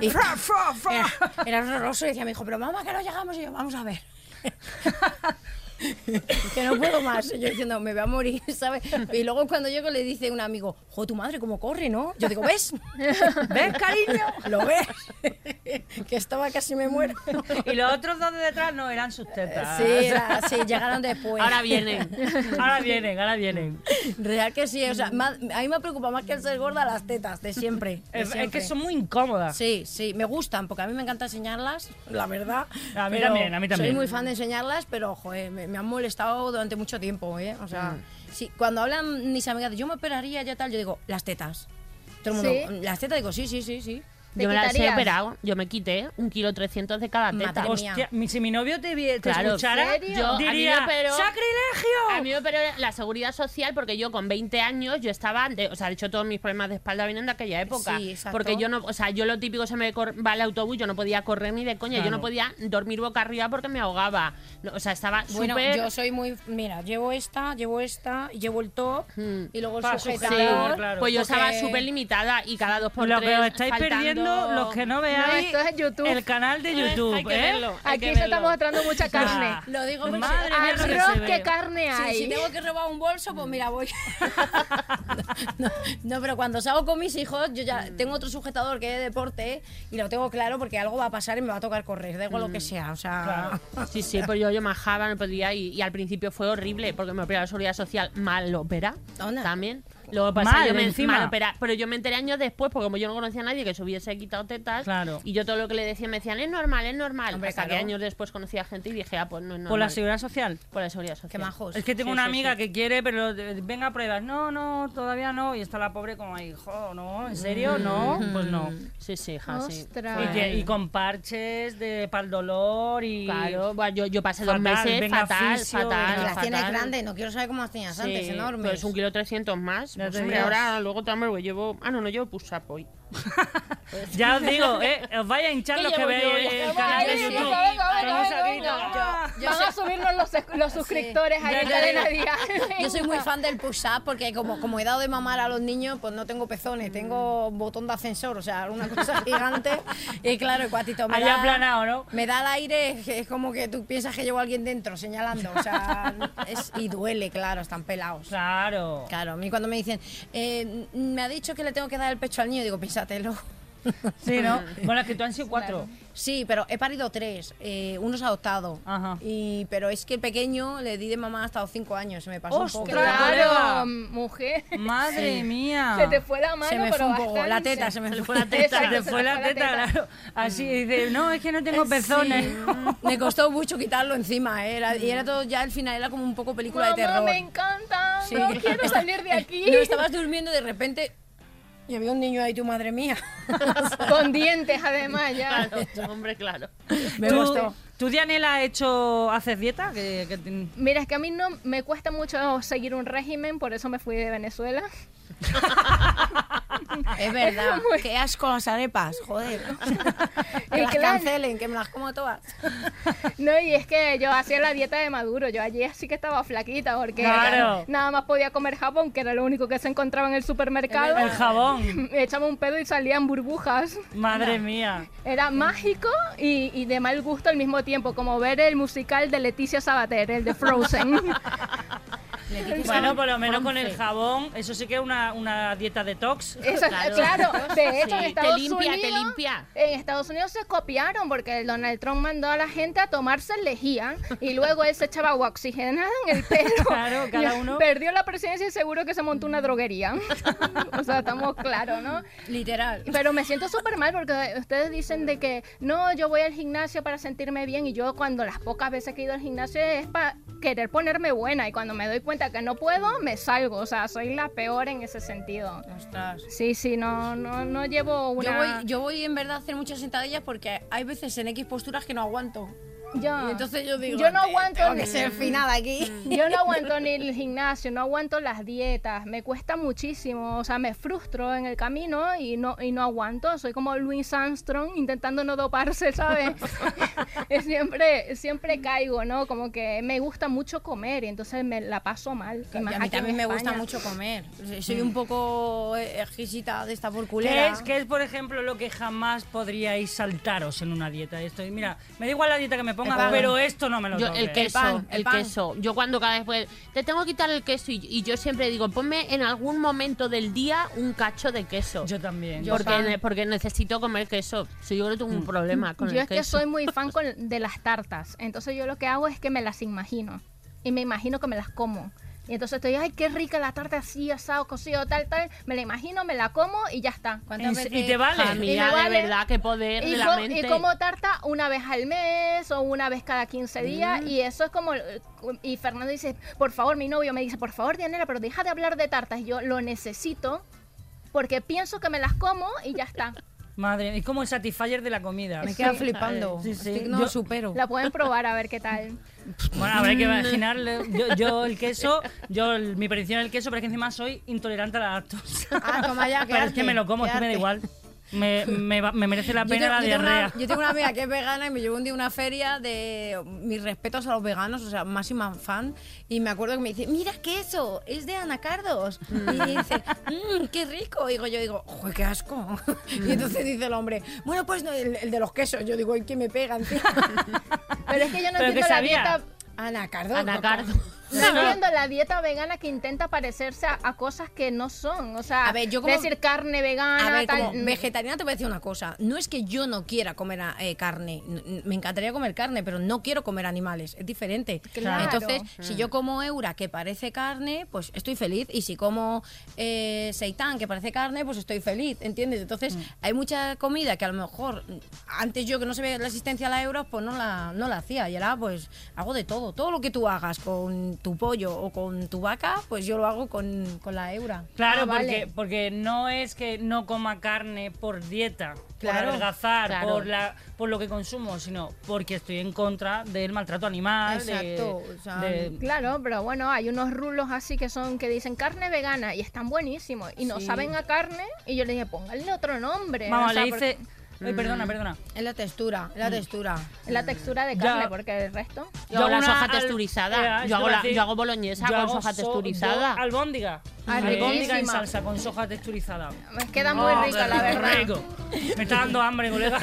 [SPEAKER 5] Y-
[SPEAKER 2] fra, fra, fra.
[SPEAKER 5] era, era horroroso y decía mi hijo, pero mamá, que no llegamos y yo, vamos a ver. que no puedo más. Y Yo diciendo, me voy a morir, ¿sabes? Y luego cuando llego le dice un amigo, jo, tu madre cómo corre, ¿no? Yo digo, ¿ves?
[SPEAKER 2] ¿Ves, cariño?
[SPEAKER 5] ¿Lo ves? que estaba casi me muero.
[SPEAKER 2] Y los otros dos de detrás no eran sus tetas.
[SPEAKER 5] Sí, era- sí, llegaron después.
[SPEAKER 4] Ahora vienen.
[SPEAKER 2] Ahora vienen, ahora vienen.
[SPEAKER 5] Real que sí, o sea, ma- a mí me preocupa más que el ser gorda las tetas, de siempre. de
[SPEAKER 2] Es, es
[SPEAKER 5] siempre.
[SPEAKER 2] que son muy incómodas.
[SPEAKER 5] Sí, sí, me gustan, porque a mí me encanta enseñarlas, la verdad.
[SPEAKER 2] A mí
[SPEAKER 5] pero
[SPEAKER 2] también, a mí también.
[SPEAKER 5] Soy muy fan de enseñarlas, pero, joder, me, me han molestado durante mucho tiempo, ¿eh? O sea, sí, cuando hablan mis amigas, de, yo me operaría ya tal, yo digo, las tetas. Todo el mundo, mm,
[SPEAKER 3] ¿Sí?
[SPEAKER 5] las tetas, digo, sí, sí, sí, sí.
[SPEAKER 3] ¿Te
[SPEAKER 4] Yo me las he
[SPEAKER 3] quitarías?
[SPEAKER 4] operado. Yo me quité un kilo trescientos de cada
[SPEAKER 5] Madre
[SPEAKER 4] teta.
[SPEAKER 5] mía.
[SPEAKER 2] Hostia, mi- si mi novio te, vi- te
[SPEAKER 4] Claro.
[SPEAKER 2] escuchara,
[SPEAKER 4] ¿En serio? Yo- a mí me
[SPEAKER 2] diría,
[SPEAKER 4] operó-
[SPEAKER 2] ¡sacrilegio!
[SPEAKER 4] A mí me operó la seguridad social porque yo con 20 años yo estaba, de- o sea, de hecho todos mis problemas de espalda vienen de aquella época.
[SPEAKER 5] Sí, exacto.
[SPEAKER 4] porque yo no, o sea, yo lo típico se me cor- va el autobús, yo no podía correr ni de coña, yo
[SPEAKER 2] Claro.
[SPEAKER 4] no podía dormir boca arriba porque me ahogaba. No, O sea, estaba
[SPEAKER 5] Bueno,
[SPEAKER 4] súper
[SPEAKER 5] yo soy muy. Mira, llevo esta, llevo esta, llevo el top y luego el
[SPEAKER 2] Para
[SPEAKER 5] sujetador.
[SPEAKER 2] sujetar, claro.
[SPEAKER 4] Pues yo estaba
[SPEAKER 5] porque-
[SPEAKER 4] súper limitada y cada dos por
[SPEAKER 2] Lo que
[SPEAKER 4] tres
[SPEAKER 2] os estáis
[SPEAKER 4] faltando-
[SPEAKER 2] perdiendo, los que no
[SPEAKER 3] No,
[SPEAKER 2] veáis
[SPEAKER 3] esto es YouTube.
[SPEAKER 2] el canal de YouTube,
[SPEAKER 4] Hay que
[SPEAKER 2] ¿eh?
[SPEAKER 4] verlo. Hay
[SPEAKER 3] Aquí
[SPEAKER 4] que
[SPEAKER 3] se
[SPEAKER 4] verlo.
[SPEAKER 3] está mostrando mucha carne.
[SPEAKER 2] Ah,
[SPEAKER 5] Lo digo porque-
[SPEAKER 2] Madre mía, lo que se
[SPEAKER 3] Arroz,
[SPEAKER 2] ve.
[SPEAKER 3] qué carne
[SPEAKER 5] Sí,
[SPEAKER 3] hay.
[SPEAKER 5] si tengo que robar un bolso, pues mira, voy. no, no, pero cuando salgo con mis hijos, yo ya tengo otro sujetador que es de deporte y lo tengo claro porque algo va a pasar y me va a tocar correr, da igual lo que sea. O sea,
[SPEAKER 4] Sí, sí, pues yo, yo majaba, no podía y, y al principio fue horrible porque me operó la seguridad social mal opera
[SPEAKER 5] Onda.
[SPEAKER 4] también. Luego pasa
[SPEAKER 2] Mal,
[SPEAKER 4] yo me,
[SPEAKER 2] encima.
[SPEAKER 4] mal opera, pero yo me enteré años después porque como yo no conocía a nadie que se hubiese quitado tetas
[SPEAKER 2] Claro.
[SPEAKER 4] y yo todo lo que le decía me decían es normal, es normal.
[SPEAKER 5] Hombre,
[SPEAKER 4] Hasta que
[SPEAKER 5] claro.
[SPEAKER 4] años después conocí a gente y dije ah pues no es normal.
[SPEAKER 2] Por la seguridad social.
[SPEAKER 4] Por la seguridad social.
[SPEAKER 5] qué majos.
[SPEAKER 2] Es que tengo
[SPEAKER 4] Sí,
[SPEAKER 2] una
[SPEAKER 4] sí,
[SPEAKER 2] amiga
[SPEAKER 4] sí.
[SPEAKER 2] que quiere, pero eh, venga a pruebas. No, no, todavía no. Y está la pobre como ahí, jo, no, ¿en serio? No, pues no.
[SPEAKER 4] Sí, sí, hija, sí.
[SPEAKER 3] Ostras.
[SPEAKER 2] Y, que- y con parches de para el dolor y.
[SPEAKER 4] Claro, bueno, yo, yo pasé dos
[SPEAKER 2] Fatal,
[SPEAKER 4] meses
[SPEAKER 2] venga,
[SPEAKER 4] fatal,
[SPEAKER 2] fisio,
[SPEAKER 4] fatal,
[SPEAKER 2] venga.
[SPEAKER 5] las tienes
[SPEAKER 4] fatal.
[SPEAKER 5] grandes, no quiero saber cómo las tenías antes,
[SPEAKER 4] Sí,
[SPEAKER 5] enormes.
[SPEAKER 4] Pero es un kilo trescientos más.
[SPEAKER 2] Ya
[SPEAKER 4] Pues,
[SPEAKER 2] te
[SPEAKER 4] hombre,
[SPEAKER 2] digo.
[SPEAKER 4] ahora luego también, güey, llevo. Ah, no, no llevo push-up hoy.
[SPEAKER 2] Ya os digo, eh, os vais a hinchar
[SPEAKER 4] ¿Qué
[SPEAKER 2] los que
[SPEAKER 4] llevo yo?
[SPEAKER 2] veis el
[SPEAKER 4] Llevo
[SPEAKER 2] canal de
[SPEAKER 3] ahí,
[SPEAKER 2] YouTube.
[SPEAKER 3] venga, venga,
[SPEAKER 2] Con
[SPEAKER 3] venga,
[SPEAKER 2] un
[SPEAKER 3] venga,
[SPEAKER 2] sapito.
[SPEAKER 3] venga. Van a subirnos los, los suscriptores ahí
[SPEAKER 2] Ya, ya,
[SPEAKER 3] en
[SPEAKER 2] ya.
[SPEAKER 3] cadena dial.
[SPEAKER 5] Yo soy muy fan del push-up porque como, como he dado de mamar a los niños, pues no tengo pezones, tengo
[SPEAKER 2] Mm.
[SPEAKER 5] botón de ascensor, o sea, una cosa gigante. Y claro, cuatito me
[SPEAKER 2] Ahí
[SPEAKER 5] da,
[SPEAKER 2] aplanado, ¿no?
[SPEAKER 5] Me da el aire, es- es como que tú piensas que llevo a alguien dentro señalando, o sea, es- y duele, claro, están pelados.
[SPEAKER 2] Claro.
[SPEAKER 5] Claro, a mí cuando me dicen, eh, me ha dicho que le tengo que dar el pecho al niño, digo, piénsatelo.
[SPEAKER 2] Sí, ¿no? Bueno, es que tú han sido cuatro.
[SPEAKER 5] Sí, pero he parido tres, eh, uno es adoptado,
[SPEAKER 2] Ajá.
[SPEAKER 5] y, pero es que el pequeño le di de mamá hasta los cinco años, se me pasó un poco.
[SPEAKER 2] ¡Ostras! colega.
[SPEAKER 3] Claro, mujer.
[SPEAKER 2] Madre mía.
[SPEAKER 3] Se te fue la mano,
[SPEAKER 5] Se me fue
[SPEAKER 3] pero
[SPEAKER 5] un poco, la
[SPEAKER 3] bastante.
[SPEAKER 5] teta se me fue
[SPEAKER 2] fue la teta,
[SPEAKER 3] Exacto,
[SPEAKER 2] se te fue la teta, claro. Así dice, no, es que no tengo pezones.
[SPEAKER 5] Mm. Eh, Sí. Me costó mucho quitarlo encima, ¿eh? Era- y era todo ya al final, era como un poco película
[SPEAKER 3] Mamá,
[SPEAKER 5] de terror.
[SPEAKER 3] me encanta.
[SPEAKER 5] Sí.
[SPEAKER 3] No quiero salir de aquí.
[SPEAKER 5] No, estabas durmiendo de repente y había un niño ahí, tu madre mía.
[SPEAKER 3] Con dientes, además, ya.
[SPEAKER 4] Claro, hombre, claro.
[SPEAKER 5] Me
[SPEAKER 2] ¿Tú,
[SPEAKER 5] gustó.
[SPEAKER 2] ¿Tú, Dianela, has hecho, haces dieta? Que, que te-
[SPEAKER 3] Mira, es que a mí no me cuesta mucho seguir un régimen, por eso me fui de Venezuela.
[SPEAKER 5] Es verdad. Qué asco las arepas, joder. que
[SPEAKER 3] Y
[SPEAKER 5] las
[SPEAKER 3] claro.
[SPEAKER 5] cancelen, que me las como todas.
[SPEAKER 3] No, y es que yo hacía la dieta de Maduro. Yo allí así que estaba flaquita porque
[SPEAKER 2] Claro.
[SPEAKER 3] nada más podía comer jabón, que era lo único que se encontraba en el supermercado.
[SPEAKER 2] El jabón.
[SPEAKER 3] Me echaba un pedo y salían burbujas.
[SPEAKER 2] Madre mía.
[SPEAKER 3] Era mágico y, y de mal gusto al mismo tiempo, como ver el musical de Leticia Sabater, el de Frozen.
[SPEAKER 2] Bueno, por lo menos con el jabón, eso sí que es una, una dieta detox.
[SPEAKER 3] Eso,
[SPEAKER 4] Claro.
[SPEAKER 3] eh, claro. de hecho en
[SPEAKER 4] Sí, te
[SPEAKER 3] Estados
[SPEAKER 4] limpia, te
[SPEAKER 3] Unidos
[SPEAKER 4] limpia.
[SPEAKER 3] en Estados Unidos se copiaron porque el Donald Trump mandó a la gente a tomarse lejía y luego él se echaba agua oxigenada en el pelo.
[SPEAKER 2] Claro, cada
[SPEAKER 3] Y
[SPEAKER 2] uno.
[SPEAKER 3] Perdió la presidencia y seguro que se montó una droguería. o sea, estamos claros, ¿no?
[SPEAKER 5] Literal.
[SPEAKER 3] Pero me siento súper mal porque ustedes dicen de que no, yo voy al gimnasio para sentirme bien y yo cuando las pocas veces que he ido al gimnasio es para querer ponerme buena y cuando me doy cuenta que no puedo, me salgo. O sea, soy la peor en ese sentido.
[SPEAKER 5] Ostras.
[SPEAKER 3] Sí, sí, no, no, no llevo
[SPEAKER 5] Yo
[SPEAKER 3] una...
[SPEAKER 5] voy, yo voy en verdad a hacer muchas sentadillas porque hay veces en X posturas que no aguanto.
[SPEAKER 3] Ya.
[SPEAKER 5] Y entonces yo digo,
[SPEAKER 3] Ah. Yo no
[SPEAKER 5] "Te-
[SPEAKER 3] aguanto
[SPEAKER 5] tengo
[SPEAKER 3] ni-
[SPEAKER 5] que ser final aquí.
[SPEAKER 3] Yo no aguanto ni el gimnasio, no aguanto las dietas, me cuesta muchísimo, o sea, me frustro en el camino y no, y no aguanto, soy como Louis Armstrong intentando no doparse, ¿sabes? Es siempre, siempre caigo, ¿no? Como que me gusta mucho comer y entonces me la paso mal. y
[SPEAKER 5] Y
[SPEAKER 3] más
[SPEAKER 5] a mí
[SPEAKER 3] aquí en
[SPEAKER 5] también me gusta
[SPEAKER 3] España.
[SPEAKER 5] mucho comer. Soy un poco eh, exquisita de esta por
[SPEAKER 2] ¿Qué
[SPEAKER 5] culera.
[SPEAKER 2] es, qué es, por ejemplo, lo Mm. que jamás podríais saltaros en una dieta? Esto, mira, me da igual la dieta que me pongas, pero esto no me lo
[SPEAKER 4] Yo-
[SPEAKER 2] toques.
[SPEAKER 4] el queso,
[SPEAKER 5] pan,
[SPEAKER 4] el,
[SPEAKER 5] el pan.
[SPEAKER 4] queso. Yo cuando cada vez pues, te tengo que quitar el queso y, y yo siempre digo, ponme en algún momento del día un cacho de queso.
[SPEAKER 2] Yo también.
[SPEAKER 5] Yo-
[SPEAKER 4] porque,
[SPEAKER 5] pan.
[SPEAKER 4] ne- porque necesito comer queso. Sí, yo creo que tengo un problema con
[SPEAKER 3] Mm. Yo
[SPEAKER 4] el
[SPEAKER 3] es que
[SPEAKER 4] queso.
[SPEAKER 3] soy muy fan con- de las tartas, entonces yo lo que hago es que me las imagino y me imagino que me las como. Y entonces estoy, ay, qué rica la tarta así, asado, cocido, tal, tal. Me la imagino, me la como y ya está.
[SPEAKER 5] ¿Cuántas
[SPEAKER 2] En-
[SPEAKER 5] veces?
[SPEAKER 2] y te vale.
[SPEAKER 4] Ah, mira,
[SPEAKER 3] Y me
[SPEAKER 4] de
[SPEAKER 3] vale.
[SPEAKER 4] verdad, qué poder
[SPEAKER 3] Y,
[SPEAKER 4] de la
[SPEAKER 3] co-
[SPEAKER 4] mente.
[SPEAKER 3] y como tarta una vez al mes o una vez cada 15
[SPEAKER 4] Mm.
[SPEAKER 3] días y eso es como y Fernando dice por favor mi novio me dice por favor Dianela pero deja de hablar de tartas Y yo lo necesito porque pienso que me las como y ya está
[SPEAKER 2] Madre, es como el satisfier de la comida.
[SPEAKER 5] Me queda flipando.
[SPEAKER 2] Sí, sí.
[SPEAKER 5] Estoy- no
[SPEAKER 2] Yo-
[SPEAKER 5] supero.
[SPEAKER 3] la pueden probar a ver qué tal
[SPEAKER 2] Bueno, habrá
[SPEAKER 5] Mm.
[SPEAKER 2] que imaginarle. Yo, yo el queso, yo el- mi predicción es el queso, pero es que encima soy intolerante a la lactosa.
[SPEAKER 5] Ah, toma ya, qué
[SPEAKER 2] Pero es
[SPEAKER 5] arte,
[SPEAKER 2] que me lo como,
[SPEAKER 5] qué
[SPEAKER 2] es que me da
[SPEAKER 5] arte.
[SPEAKER 2] igual. Me, me va- me merece la
[SPEAKER 5] Yo
[SPEAKER 2] pena
[SPEAKER 5] tengo-
[SPEAKER 2] la
[SPEAKER 5] yo tengo una-
[SPEAKER 2] diarrea.
[SPEAKER 5] yo tengo una amiga que es vegana y me llevó un día a una feria de mis respetos a los veganos, o sea, máxima fan. Y me acuerdo que me dice, mira queso, es de anacardos. Y dice, mmm, qué rico. Y digo, yo digo, joder, qué asco.
[SPEAKER 2] Mm.
[SPEAKER 5] Y entonces dice el hombre, bueno, pues no, el, el de los quesos. Yo digo, ¿y qué me pega encima?
[SPEAKER 3] pero es que yo no
[SPEAKER 2] Pero que
[SPEAKER 3] entiendo la
[SPEAKER 2] sabía.
[SPEAKER 3] dieta
[SPEAKER 5] anacardos.
[SPEAKER 4] Anacardo.
[SPEAKER 3] no entiendo la dieta vegana que intenta parecerse a, a cosas que no son o sea
[SPEAKER 5] A ver, yo como-
[SPEAKER 3] decir carne vegana
[SPEAKER 5] A ver,
[SPEAKER 3] tal,
[SPEAKER 5] como
[SPEAKER 3] mm,
[SPEAKER 5] vegetariana te voy a decir una cosa. No es que yo no quiera comer eh, carne. N- n- Me encantaría comer carne, pero no quiero comer animales. Es diferente.
[SPEAKER 3] Claro. Mm.
[SPEAKER 5] Entonces, si yo como eura, que parece carne, pues estoy feliz. Y si como eh, seitán, que parece carne, pues estoy feliz. ¿Entiendes? Entonces,
[SPEAKER 3] Mm.
[SPEAKER 5] hay mucha comida que a lo mejor mm, antes yo que no sabía la existencia de la eura, pues no la, no la hacía. Y ahora, pues hago de todo. Todo lo que tú hagas con tu pollo o con tu vaca, pues yo lo hago con, con la eura.
[SPEAKER 2] Claro,
[SPEAKER 3] Ah, vale.
[SPEAKER 2] porque, porque no es que no coma carne por dieta, por
[SPEAKER 5] Claro,
[SPEAKER 2] adelgazar,
[SPEAKER 4] claro.
[SPEAKER 2] por, la, por lo que consumo, sino porque estoy en contra del maltrato animal. de-
[SPEAKER 5] Exacto, o sea,
[SPEAKER 2] de-
[SPEAKER 3] Claro, pero bueno, hay unos rulos así que son que dicen carne vegana y están buenísimos y no saben a carne y yo le dije, pónganle otro nombre.
[SPEAKER 2] Vamos,
[SPEAKER 3] o sea,
[SPEAKER 2] le
[SPEAKER 3] porque-
[SPEAKER 2] dice... Ay,
[SPEAKER 5] Mm.
[SPEAKER 2] perdona, perdona.
[SPEAKER 5] Es la textura, es la
[SPEAKER 3] Mm.
[SPEAKER 5] textura.
[SPEAKER 3] la textura de
[SPEAKER 2] Ya.
[SPEAKER 3] carne porque el resto
[SPEAKER 4] Yo hago la
[SPEAKER 2] una
[SPEAKER 4] soja
[SPEAKER 2] al-
[SPEAKER 4] texturizada. Yo hago,
[SPEAKER 2] Mira, te iba a
[SPEAKER 4] la-
[SPEAKER 2] decir,
[SPEAKER 4] yo hago boloñesa
[SPEAKER 2] yo
[SPEAKER 4] con
[SPEAKER 2] hago
[SPEAKER 4] soja
[SPEAKER 2] so-
[SPEAKER 4] texturizada.
[SPEAKER 2] yo albóndiga.
[SPEAKER 3] Ah,
[SPEAKER 2] albóndiga en
[SPEAKER 3] riquísima.
[SPEAKER 2] salsa con soja texturizada.
[SPEAKER 3] me queda muy
[SPEAKER 2] Oh,
[SPEAKER 3] rica, la verdad.
[SPEAKER 2] rico. Me está dando hambre, colega.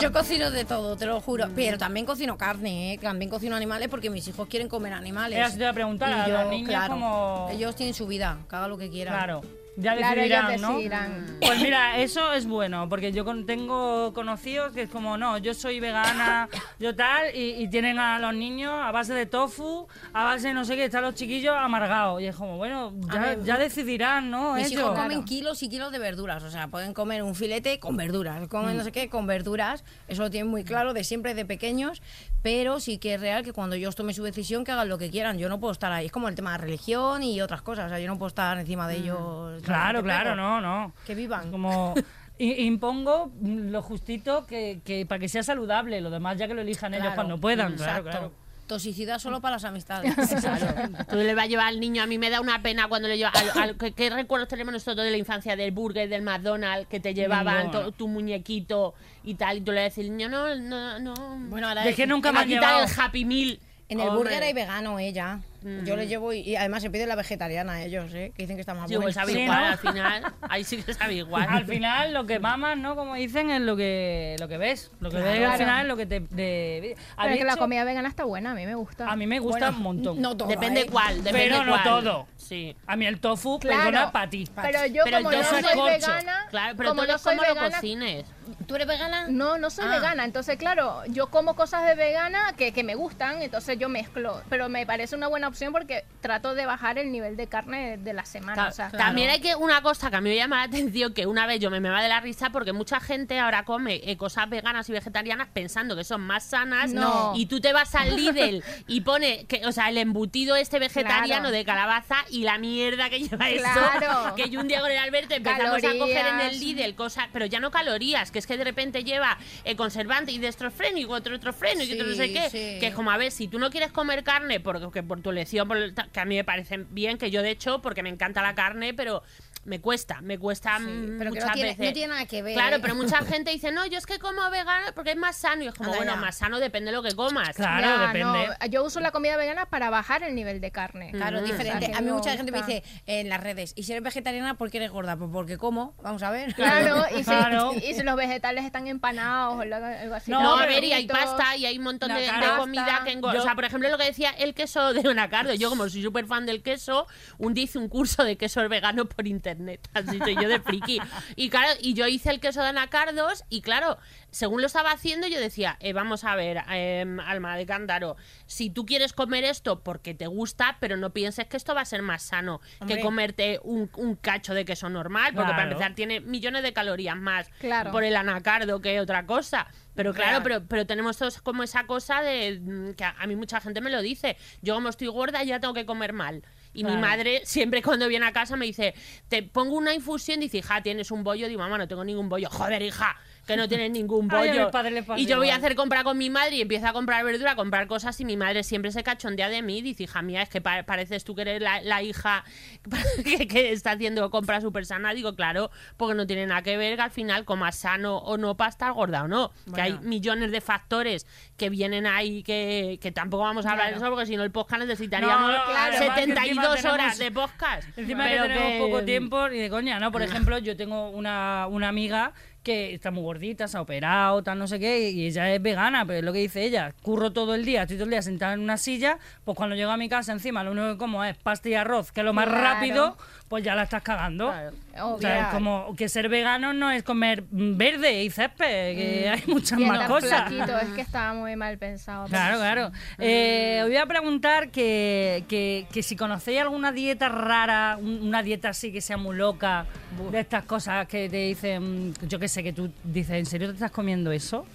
[SPEAKER 5] yo cocino de todo, te lo
[SPEAKER 2] Mm.
[SPEAKER 5] juro. Pero también cocino carne, ¿eh? también cocino animales porque mis hijos quieren comer animales.
[SPEAKER 2] Era eso te iba a preguntar, a los niños como-
[SPEAKER 5] Ellos tienen su vida, que haga lo que quieran.
[SPEAKER 2] Claro. Ya
[SPEAKER 3] Claro,
[SPEAKER 2] decidirán,
[SPEAKER 3] ellos
[SPEAKER 2] ¿no?
[SPEAKER 3] decidirán.
[SPEAKER 2] Pues mira, eso es bueno, porque yo con- tengo conocidos que es como, no, yo soy vegana, yo tal, y, y tienen a los niños a base de tofu, a base de no sé qué, están los chiquillos amargados. Y es como, bueno, ya, ya decidirán, ¿no?
[SPEAKER 5] Mis
[SPEAKER 2] Ellos.
[SPEAKER 5] hijos comen kilos y kilos de verduras, o sea, pueden comer un filete con verduras,
[SPEAKER 2] Mm.
[SPEAKER 5] comen no sé qué con verduras, eso lo tienen muy claro de siempre de pequeños, pero sí que es real que cuando ellos tomen su decisión que hagan lo que quieran, yo no puedo estar ahí, es como el tema de religión y otras cosas, o sea, yo no puedo estar encima de ellos.
[SPEAKER 2] Mm. Claro,
[SPEAKER 5] Pero-
[SPEAKER 2] claro, no, no.
[SPEAKER 5] Que vivan.
[SPEAKER 2] Como i- impongo lo justito que, que para que sea saludable, lo demás ya que lo elijan ellos
[SPEAKER 5] Claro,
[SPEAKER 2] cuando puedan. Claro,
[SPEAKER 5] exacto.
[SPEAKER 2] claro.
[SPEAKER 5] Toxicidad solo para las amistades.
[SPEAKER 4] Claro. Tú le vas a llevar al niño. A mí me da una pena cuando le llevas. Al, al- ¿qué, qué recuerdos tenemos nosotros de la infancia del burger, del McDonald's, que te llevaban
[SPEAKER 2] Ninguno.
[SPEAKER 4] to- tu muñequito y tal? Y tú le decís, niño, no, no, no.
[SPEAKER 5] Bueno, ahora
[SPEAKER 2] Es que nunca me han
[SPEAKER 4] aquí
[SPEAKER 2] llevado.
[SPEAKER 4] está el Happy Meal.
[SPEAKER 5] en el
[SPEAKER 2] Hombre. Mm.
[SPEAKER 5] burger hay vegano, eh, ya. Yo le llevo y, y además se pide la vegetariana ellos, eh, que dicen que está más
[SPEAKER 4] Yo,
[SPEAKER 5] buena.
[SPEAKER 4] pues sabe
[SPEAKER 2] Sí,
[SPEAKER 4] igual
[SPEAKER 2] ¿no?
[SPEAKER 4] al final. Ahí sí que sabe igual.
[SPEAKER 2] Al final, lo que mamas, ¿no? Como dicen, es lo que, lo que ves. Lo que ves al final es lo que te. te-
[SPEAKER 3] Pero es que la
[SPEAKER 2] hecho-
[SPEAKER 3] comida vegana está buena, a mí me gusta.
[SPEAKER 2] A mí me gusta
[SPEAKER 5] Bueno,
[SPEAKER 2] un montón.
[SPEAKER 5] No todo.
[SPEAKER 4] Depende
[SPEAKER 5] ¿eh?
[SPEAKER 4] cuál, depende
[SPEAKER 2] Pero no
[SPEAKER 4] cuál.
[SPEAKER 2] todo.
[SPEAKER 4] Sí.
[SPEAKER 2] A mí el tofu,
[SPEAKER 3] Claro.
[SPEAKER 2] perdona, para ti.
[SPEAKER 3] Pero yo
[SPEAKER 4] Pero
[SPEAKER 3] como
[SPEAKER 4] yo
[SPEAKER 3] no
[SPEAKER 4] soy
[SPEAKER 3] soy
[SPEAKER 2] corcho.
[SPEAKER 3] vegana,
[SPEAKER 4] Claro, pero
[SPEAKER 3] como
[SPEAKER 4] todo
[SPEAKER 3] no
[SPEAKER 4] es
[SPEAKER 3] soy
[SPEAKER 4] como lo
[SPEAKER 3] vegana,
[SPEAKER 4] cocines.
[SPEAKER 5] ¿Tú eres vegana?
[SPEAKER 3] No, no soy
[SPEAKER 5] Ah.
[SPEAKER 3] vegana, entonces claro, yo como cosas de vegana que, que me gustan, entonces yo mezclo, pero me parece una buena opción porque trato de bajar el nivel de carne de, de la semana.
[SPEAKER 4] Ta-
[SPEAKER 3] o sea,
[SPEAKER 4] También hay que una cosa que a mí me llama la atención, que una vez yo me, me va de la risa porque mucha gente ahora come eh, cosas veganas y vegetarianas pensando que son más sanas
[SPEAKER 3] No.
[SPEAKER 4] y tú te vas al Lidl y pone que, o sea, el embutido este vegetariano
[SPEAKER 3] Claro.
[SPEAKER 4] de calabaza y la mierda que lleva eso.
[SPEAKER 3] Claro.
[SPEAKER 4] Que yo un día con el Alberto empezamos a coger en el
[SPEAKER 3] Calorías.
[SPEAKER 4] Lidl cosas, pero ya no calorías, que es que de repente lleva eh, conservante y destrofreno y otro otro freno y otro no sé
[SPEAKER 5] Sí,
[SPEAKER 4] qué,
[SPEAKER 5] sí.
[SPEAKER 4] que es como a ver, si tú no quieres comer carne, porque por tu elección, por el ta- que a mí me parece bien, que yo de hecho, porque me encanta la carne, pero me cuesta, me cuesta
[SPEAKER 5] Sí,
[SPEAKER 4] mm,
[SPEAKER 5] pero que
[SPEAKER 4] muchas
[SPEAKER 5] no tiene-
[SPEAKER 4] veces.
[SPEAKER 5] no tiene nada que ver,
[SPEAKER 4] Claro,
[SPEAKER 5] ¿eh?
[SPEAKER 4] pero mucha gente dice, no, yo es que como vegano porque es más sano. Y es como,
[SPEAKER 5] Anda,
[SPEAKER 4] bueno,
[SPEAKER 5] ya.
[SPEAKER 4] más sano depende de lo que comas.
[SPEAKER 2] Claro,
[SPEAKER 3] ya,
[SPEAKER 2] depende.
[SPEAKER 3] no, yo uso la comida vegana para bajar el nivel de carne.
[SPEAKER 5] Claro,
[SPEAKER 4] Mm.
[SPEAKER 5] diferente.
[SPEAKER 3] O sea, que
[SPEAKER 5] a mí
[SPEAKER 3] no
[SPEAKER 5] mucha gente me
[SPEAKER 3] gusta.
[SPEAKER 5] dice eh, en las redes, ¿y si eres vegetariana por qué eres gorda? Pues porque como, vamos a ver.
[SPEAKER 3] Claro, y si,
[SPEAKER 2] Claro.
[SPEAKER 3] y si los vegetales están empanados o lo- algo así.
[SPEAKER 2] No,
[SPEAKER 4] No, a
[SPEAKER 2] pero-
[SPEAKER 4] ver, y hay
[SPEAKER 3] fritos.
[SPEAKER 4] pasta y hay un montón
[SPEAKER 2] La
[SPEAKER 4] de, de
[SPEAKER 2] carne.
[SPEAKER 4] comida que engorda.
[SPEAKER 2] Yo-
[SPEAKER 4] O sea, por ejemplo, lo que decía el queso de Bonacardo. Yo, como soy súper fan del queso, un día hice un curso de quesos veganos por internet. Así soy yo de friki. Y claro, y yo hice el queso de anacardos y claro, según lo estaba haciendo, yo decía, eh, vamos a ver, em, Alma de Cándaro, si tú quieres comer esto porque te gusta, pero no pienses que esto va a ser más sano
[SPEAKER 5] Hombre.
[SPEAKER 4] que comerte un, un cacho de queso normal, porque para
[SPEAKER 2] Claro.
[SPEAKER 4] empezar tiene millones de calorías más
[SPEAKER 3] Claro.
[SPEAKER 4] por el anacardo que otra cosa. Pero claro,
[SPEAKER 5] Real.
[SPEAKER 4] pero, pero tenemos todos como esa cosa de mm, que a, a mí mucha gente me lo dice. Yo como estoy gorda ya tengo que comer mal. Y
[SPEAKER 2] Claro.
[SPEAKER 4] mi madre siempre cuando viene a casa me dice, te pongo una infusión, dice, hija, tienes un bollo. Digo, mamá, no tengo ningún bollo. Joder, hija, que no tienes ningún
[SPEAKER 2] Ay, a
[SPEAKER 4] bollo.
[SPEAKER 2] mis padres les pasa
[SPEAKER 4] y yo voy a
[SPEAKER 2] igual.
[SPEAKER 4] hacer compra con mi madre y empiezo a comprar verdura, a comprar cosas y mi madre siempre se cachondea de mí. Dice, hija mía, es que pa- pareces tú que eres la, la hija que, que está haciendo compra súper sana. Digo, claro, porque no tiene nada que ver que al final comas sano o no para estar gorda o no. Que hay millones de factores que vienen ahí que, que tampoco vamos a hablar de eso porque si no el podcast necesitaríamos
[SPEAKER 2] No, no, claro, además que
[SPEAKER 4] 72
[SPEAKER 2] encima
[SPEAKER 4] horas
[SPEAKER 2] tenemos-
[SPEAKER 4] de podcast.
[SPEAKER 2] Encima
[SPEAKER 4] Pero
[SPEAKER 2] que tenemos
[SPEAKER 4] que-
[SPEAKER 2] poco tiempo y de coña, ¿no? Por ejemplo, yo tengo una, una amiga que está muy gordita, se ha operado, tal no sé qué, y ella es vegana, pero es lo que dice ella, curro todo el día, estoy todo el día sentada en una silla, pues cuando llego a mi casa encima lo único que como es pasta y arroz, que es lo más
[SPEAKER 3] Claro.
[SPEAKER 2] rápido, pues ya la estás cagando.
[SPEAKER 4] Claro.
[SPEAKER 3] Obvio.
[SPEAKER 2] O sea, es como que ser vegano no es comer verde y césped, que hay muchas
[SPEAKER 3] Y
[SPEAKER 2] más
[SPEAKER 3] estar
[SPEAKER 2] cosas.
[SPEAKER 3] flaquito, es que estaba muy mal pensado.
[SPEAKER 2] Claro, claro. Eh, os voy a preguntar que, que- que si conocéis alguna dieta rara, un- una dieta así que sea muy loca, de estas cosas que te dicen, yo qué sé, que tú dices, ¿en serio te estás comiendo eso?